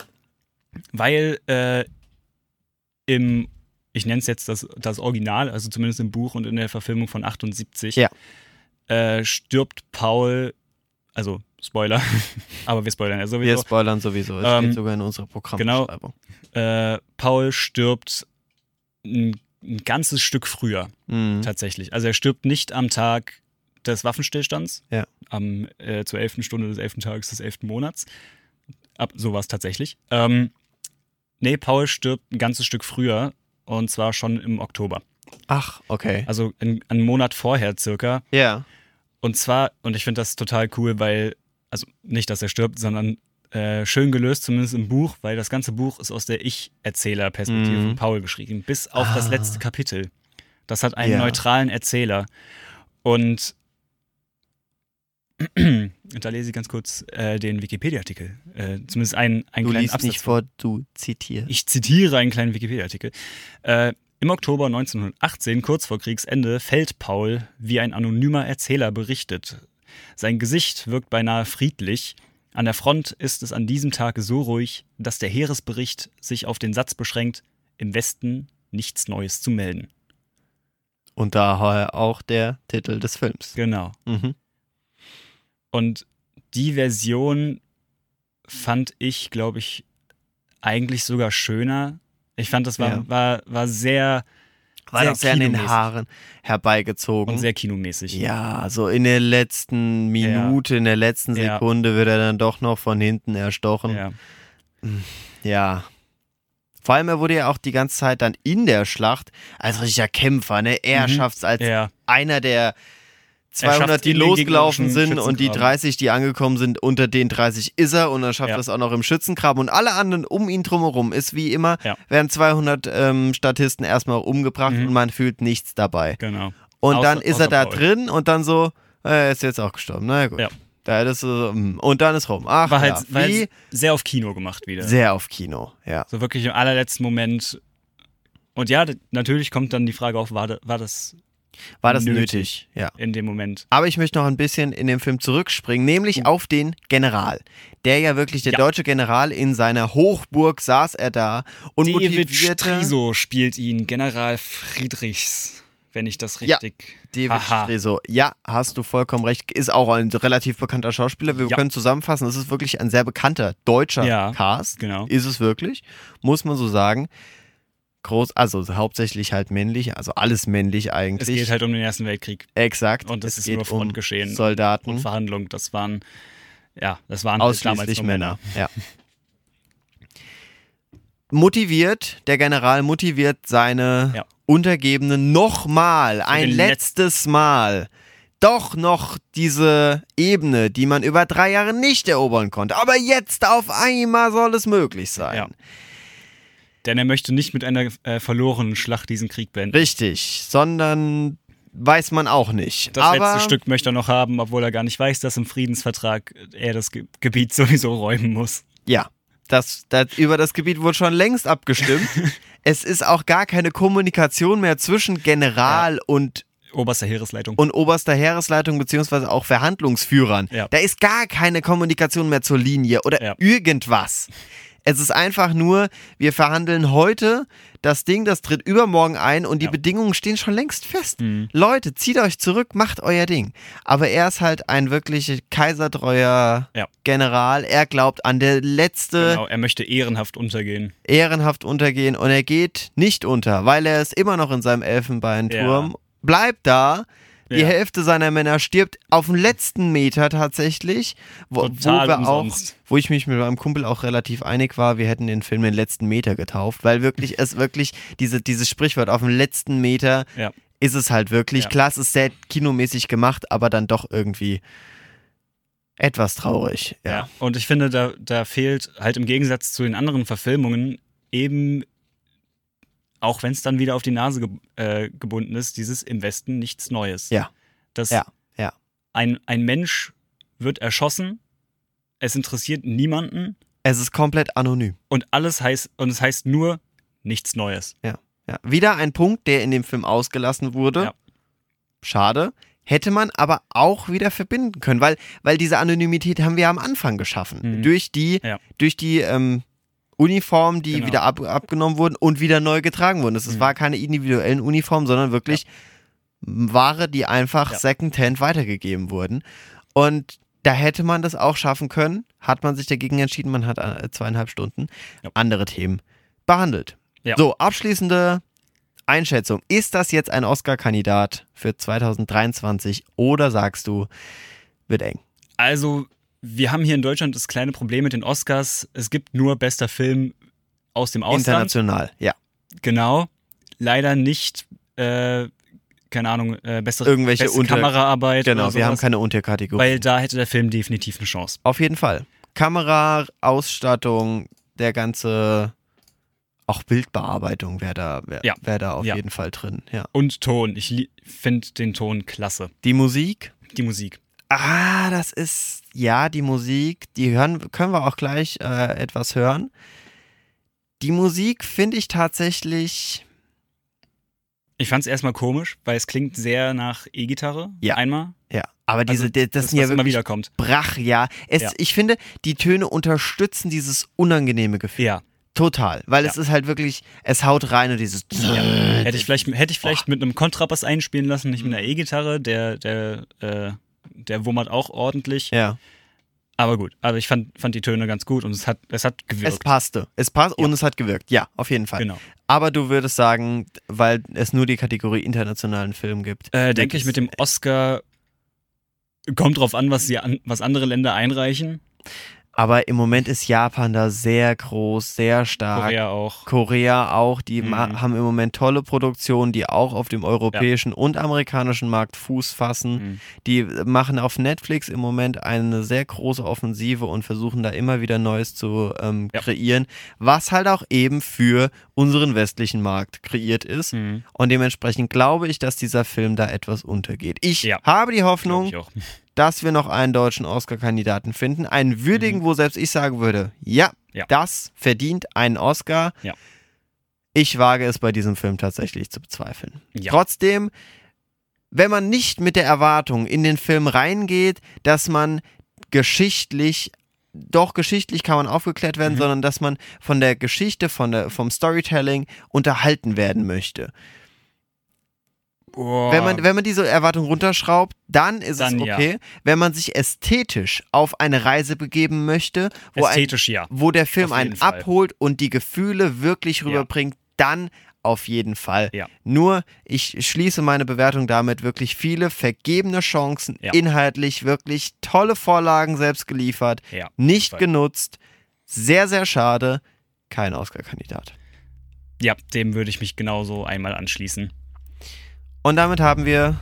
S2: Weil äh, im, ich nenne es jetzt das, das Original, also zumindest im Buch und in der Verfilmung von 78,
S1: Ja.
S2: äh, stirbt Paul, also Spoiler, [laughs] aber wir spoilern ja
S1: Wir
S2: sowieso.
S1: spoilern sowieso. Es
S2: Ähm,
S1: steht sogar in unserer Programmbeschreibung.
S2: Äh, Paul stirbt ein, ein ganzes Stück früher.
S1: Mhm.
S2: Tatsächlich. Also er stirbt nicht am Tag des Waffenstillstands,
S1: Ja.
S2: am, äh, zur elften Stunde des elften Tages des elften Monats. Ab, so war es tatsächlich. Ähm, nee, Paul stirbt ein ganzes Stück früher und zwar schon im Oktober.
S1: Ach, okay.
S2: Also in, einen Monat vorher circa.
S1: Ja.
S2: Und zwar, und ich finde das total cool, weil, also nicht, dass er stirbt, sondern äh, schön gelöst, zumindest im Buch, weil das ganze Buch ist aus der Ich-Erzähler-Perspektive
S1: Mhm.
S2: von Paul geschrieben, bis auf das
S1: Ah.
S2: letzte Kapitel. Das hat einen
S1: Ja.
S2: neutralen Erzähler. Und [clears throat] da lese ich ganz kurz äh, den Wikipedia-Artikel. Äh, zumindest einen, einen
S1: Du
S2: kleinen
S1: liest
S2: Absatz.
S1: nicht vor, du zitierst.
S2: Ich zitiere einen kleinen Wikipedia-Artikel. Äh, Im Oktober 1918, kurz vor Kriegsende, fällt Paul, wie ein anonymer Erzähler berichtet. Sein Gesicht wirkt beinahe friedlich. An der Front ist es an diesem Tag so ruhig, dass der Heeresbericht sich auf den Satz beschränkt, im Westen nichts Neues zu melden.
S1: Und daher auch der Titel des Films.
S2: Genau.
S1: Mhm.
S2: Und die Version fand ich, glaube ich, eigentlich sogar schöner. Ich fand, das war,
S1: Ja.
S2: war, war sehr
S1: War
S2: Sehr
S1: doch sehr an den
S2: kinomäßig.
S1: Haaren herbeigezogen.
S2: und sehr kinomäßig.
S1: Mhm. Ja, so in der letzten Minute, in der letzten
S2: Ja.
S1: Sekunde wird er dann doch noch von hinten erstochen. Ja.
S2: Ja.
S1: Vor allem, er wurde ja auch die ganze Zeit dann in der Schlacht als richtiger Kämpfer, ne? Er
S2: Mhm.
S1: schafft's als
S2: ja.
S1: einer der
S2: schafft's
S1: 200, die
S2: in den
S1: losgelaufen
S2: gegnerischen
S1: sind und die
S2: Schützengraben.
S1: 30, die angekommen sind, unter den 30 ist er und dann schafft
S2: Ja.
S1: er es auch noch im Schützengraben und alle anderen um ihn drumherum ist wie immer,
S2: Ja.
S1: werden 200 ähm, Statisten erstmal umgebracht
S2: Mhm.
S1: und man fühlt nichts dabei.
S2: Genau.
S1: Und
S2: Außer-
S1: dann ist
S2: außer
S1: er da
S2: Paul.
S1: drin und dann so, äh, er ist jetzt auch gestorben. Na ja, gut.
S2: Ja.
S1: Da ist so, mm. und dann ist rum. Ach,
S2: War
S1: ja.
S2: halt, war
S1: wie
S2: halt sehr auf Kino gemacht wieder.
S1: sehr auf Kino, ja.
S2: So wirklich im allerletzten Moment. Und ja, d- natürlich kommt dann die Frage auf, war, da, war das
S1: War das
S2: Nötig.
S1: nötig? Ja.
S2: in dem Moment?
S1: Aber ich möchte noch ein bisschen in dem Film zurückspringen, nämlich auf den General. Der ja wirklich der
S2: Oh. Ja.
S1: deutsche General in seiner Hochburg saß er da und
S2: David
S1: motivierte
S2: Striso spielt ihn, General Friedrichs, wenn ich das
S1: Ja.
S2: richtig.
S1: David
S2: Haha.
S1: Striso. Ja, hast du vollkommen recht. Ist auch ein relativ bekannter Schauspieler. Wir
S2: Ja.
S1: können zusammenfassen, es ist wirklich ein sehr bekannter deutscher
S2: Ja,
S1: Cast.
S2: genau.
S1: Ist es wirklich, muss man so sagen. Groß, also hauptsächlich halt männlich, also alles männlich
S2: Es
S1: eigentlich.
S2: geht halt um den Ersten Weltkrieg
S1: Exakt.
S2: Und das
S1: es
S2: ist
S1: geht
S2: nur
S1: um
S2: Frontgeschehen und-
S1: Soldaten.
S2: und Verhandlungen. Das waren, ja, das waren halt damals
S1: Ausschließlich
S2: nur
S1: Männer. Ja. Motiviert, der General motiviert seine
S2: Ja.
S1: Untergebenen nochmal, ein
S2: den
S1: letztes Mal, doch noch diese Ebene, die man über drei Jahre nicht erobern konnte. Aber jetzt auf einmal soll es möglich sein.
S2: Ja. Denn er möchte nicht mit einer äh, verlorenen Schlacht diesen Krieg beenden.
S1: Richtig, sondern weiß man auch nicht.
S2: Das
S1: Aber
S2: letzte Stück möchte er noch haben, obwohl er gar nicht weiß, dass im Friedensvertrag er das Ge Gebiet [laughs] sowieso räumen muss.
S1: Ja, das, das, über das Gebiet wurde schon längst
S2: [laughs]
S1: abgestimmt. es ist auch gar keine Kommunikation mehr zwischen General und,
S2: Oberster Heeresleitung.
S1: und oberster Heeresleitung beziehungsweise auch Verhandlungsführern.
S2: Ja.
S1: Da ist gar keine Kommunikation mehr zur Linie oder
S2: Ja.
S1: irgendwas. Es ist einfach nur, wir verhandeln heute, das Ding, das tritt übermorgen ein und die
S2: Ja. Mhm.
S1: Bedingungen stehen schon längst fest. Leute, zieht euch zurück, macht euer Ding. Aber er ist halt ein wirklich kaisertreuer
S2: Ja.
S1: General. Er glaubt an der letzte
S2: genau, er möchte ehrenhaft untergehen.
S1: ehrenhaft untergehen und er geht nicht unter, weil er ist immer noch in seinem Elfenbeinturm,
S2: Ja.
S1: bleibt da. Die
S2: Ja.
S1: Hälfte seiner Männer stirbt auf dem letzten Meter tatsächlich, wo, wo,
S2: Total
S1: wir auch,
S2: umsonst.
S1: wo ich mich mit meinem Kumpel auch relativ einig war, wir hätten den Film den letzten Meter getauft, weil wirklich es wirklich diese, dieses Sprichwort auf dem letzten Meter
S2: Ja.
S1: ist es halt wirklich.
S2: Ja.
S1: Klar, es ist sehr kinomäßig gemacht, aber dann doch irgendwie etwas traurig. Ja.
S2: Ja. Und ich finde, da, da fehlt halt im Gegensatz zu den anderen Verfilmungen eben, auch wenn es dann wieder auf die Nase geb- äh, gebunden ist, dieses im Westen nichts Neues.
S1: Ja.
S2: Dass
S1: Ja, ja.
S2: Ein, ein Mensch wird erschossen, es interessiert niemanden
S1: Es ist komplett anonym.
S2: und alles heißt, und es heißt nur nichts Neues.
S1: Ja, wieder ein Punkt, der in dem Film ausgelassen wurde.
S2: Ja.
S1: Schade. Hätte man aber auch wieder verbinden können, weil, weil diese Anonymität haben wir am Anfang geschaffen.
S2: Mhm.
S1: Durch die,
S2: Ja.
S1: durch die ähm, Uniformen, die
S2: Genau.
S1: wieder ab, abgenommen wurden und wieder neu getragen wurden. Es es
S2: Mhm.
S1: war keine individuellen Uniformen, sondern wirklich Ware, die einfach
S2: Ja.
S1: secondhand weitergegeben wurden. Und da hätte man das auch schaffen können, hat man sich dagegen entschieden, man hat äh, zweieinhalb Stunden
S2: Ja.
S1: andere Themen behandelt.
S2: Ja.
S1: So, abschließende Einschätzung. Ist das jetzt ein Oscar-Kandidat für 2023 oder sagst du, wird eng?
S2: Also, wir haben hier in Deutschland das kleine Problem mit den Oscars. Es gibt nur bester Film aus dem Ausland.
S1: International, ja.
S2: Genau. Leider nicht, äh, keine Ahnung, äh, bessere,
S1: Irgendwelche
S2: beste
S1: Unter-
S2: Kameraarbeit.
S1: Genau,
S2: oder
S1: wir haben
S2: sowas,
S1: keine Unterkategorie.
S2: Weil da hätte der Film definitiv eine Chance.
S1: Auf jeden Fall. Kamera, Ausstattung, der ganze, auch Bildbearbeitung wäre da, wär,
S2: Ja.
S1: wär da auf
S2: Ja.
S1: jeden Fall drin. Ja.
S2: Und Ton. Ich finde den Ton klasse.
S1: Die Musik,
S2: Die Musik.
S1: ah, das ist, ja, die Musik, die hören, können wir auch gleich äh, etwas hören. Die Musik finde ich tatsächlich,
S2: Ich fand es erstmal komisch, weil es klingt sehr nach E-Gitarre.
S1: Ja.
S2: Einmal.
S1: ja, aber diese,
S2: Also,
S1: das, das
S2: das,
S1: sind ja
S2: was immer
S1: wirklich
S2: wieder kommt.
S1: brachial. Es,
S2: Ja.
S1: Ich finde, die Töne unterstützen dieses unangenehme Gefühl.
S2: Ja.
S1: Total, weil
S2: Ja.
S1: es ist halt wirklich, es haut rein und dieses.
S2: ja.
S1: Äh,
S2: Hätte ich vielleicht, hätte ich vielleicht mit einem Kontrabass einspielen lassen, nicht mit einer E-Gitarre. Der, der, äh, der wummert auch ordentlich.
S1: ja.
S2: Aber gut. Aber ich fand, fand die Töne ganz gut und es hat, es hat
S1: Es
S2: gewirkt.
S1: passte. Es passt
S2: Ja.
S1: und es hat gewirkt. Ja, auf jeden Fall.
S2: genau.
S1: Aber du würdest sagen, weil es nur die Kategorie internationalen Film gibt.
S2: Äh, denke ich, mit dem Oscar kommt drauf an, was, sie an, was andere Länder einreichen.
S1: Aber im Moment ist Japan da sehr groß, sehr stark.
S2: Korea auch.
S1: Korea auch, die ma-
S2: Mhm.
S1: haben im Moment tolle Produktionen, die auch auf dem europäischen und amerikanischen Markt Fuß fassen.
S2: Mhm.
S1: Die machen auf Netflix im Moment eine sehr große Offensive und versuchen da immer wieder Neues zu ähm,
S2: Ja.
S1: kreieren, was halt auch eben für unseren westlichen Markt kreiert ist.
S2: Mhm.
S1: Und dementsprechend glaube ich, dass dieser Film da etwas untergeht. Ich
S2: Ja.
S1: habe die
S2: Glaub
S1: Hoffnung,
S2: ich auch.
S1: dass wir noch einen deutschen Oscar-Kandidaten finden. Einen würdigen, wo selbst ich sagen würde, ja,
S2: Mhm. Ja.
S1: das verdient einen Oscar.
S2: Ja.
S1: Ich wage es bei diesem Film tatsächlich zu bezweifeln.
S2: Ja.
S1: Trotzdem, wenn man nicht mit der Erwartung in den Film reingeht, dass man geschichtlich, doch geschichtlich kann man aufgeklärt werden,
S2: Mhm.
S1: sondern dass man von der Geschichte, von der, vom Storytelling unterhalten werden möchte.
S2: Boah.
S1: Wenn man, wenn man diese Erwartung runterschraubt, dann ist
S2: Oh. Dann
S1: es
S2: ja.
S1: okay. Wenn man sich ästhetisch auf eine Reise begeben möchte, wo, ein,
S2: Ästhetisch ja.
S1: wo der Film
S2: Auf jeden
S1: einen
S2: Fall.
S1: abholt und die Gefühle wirklich rüberbringt, dann auf jeden Fall.
S2: Ja.
S1: Nur, ich schließe meine Bewertung damit wirklich viele vergebene Chancen,
S2: Ja.
S1: inhaltlich wirklich tolle Vorlagen selbst geliefert,
S2: ja.
S1: nicht
S2: Fall.
S1: genutzt, sehr, sehr schade, kein Oscar-Kandidat.
S2: Ja, dem würde ich mich genauso einmal anschließen.
S1: Und damit haben wir,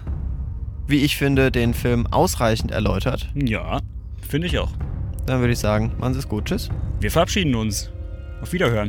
S1: wie ich finde, den Film ausreichend erläutert.
S2: Ja, finde ich auch.
S1: Dann würde ich sagen, machen Sie es gut. Tschüss.
S2: Wir verabschieden uns. Auf Wiederhören.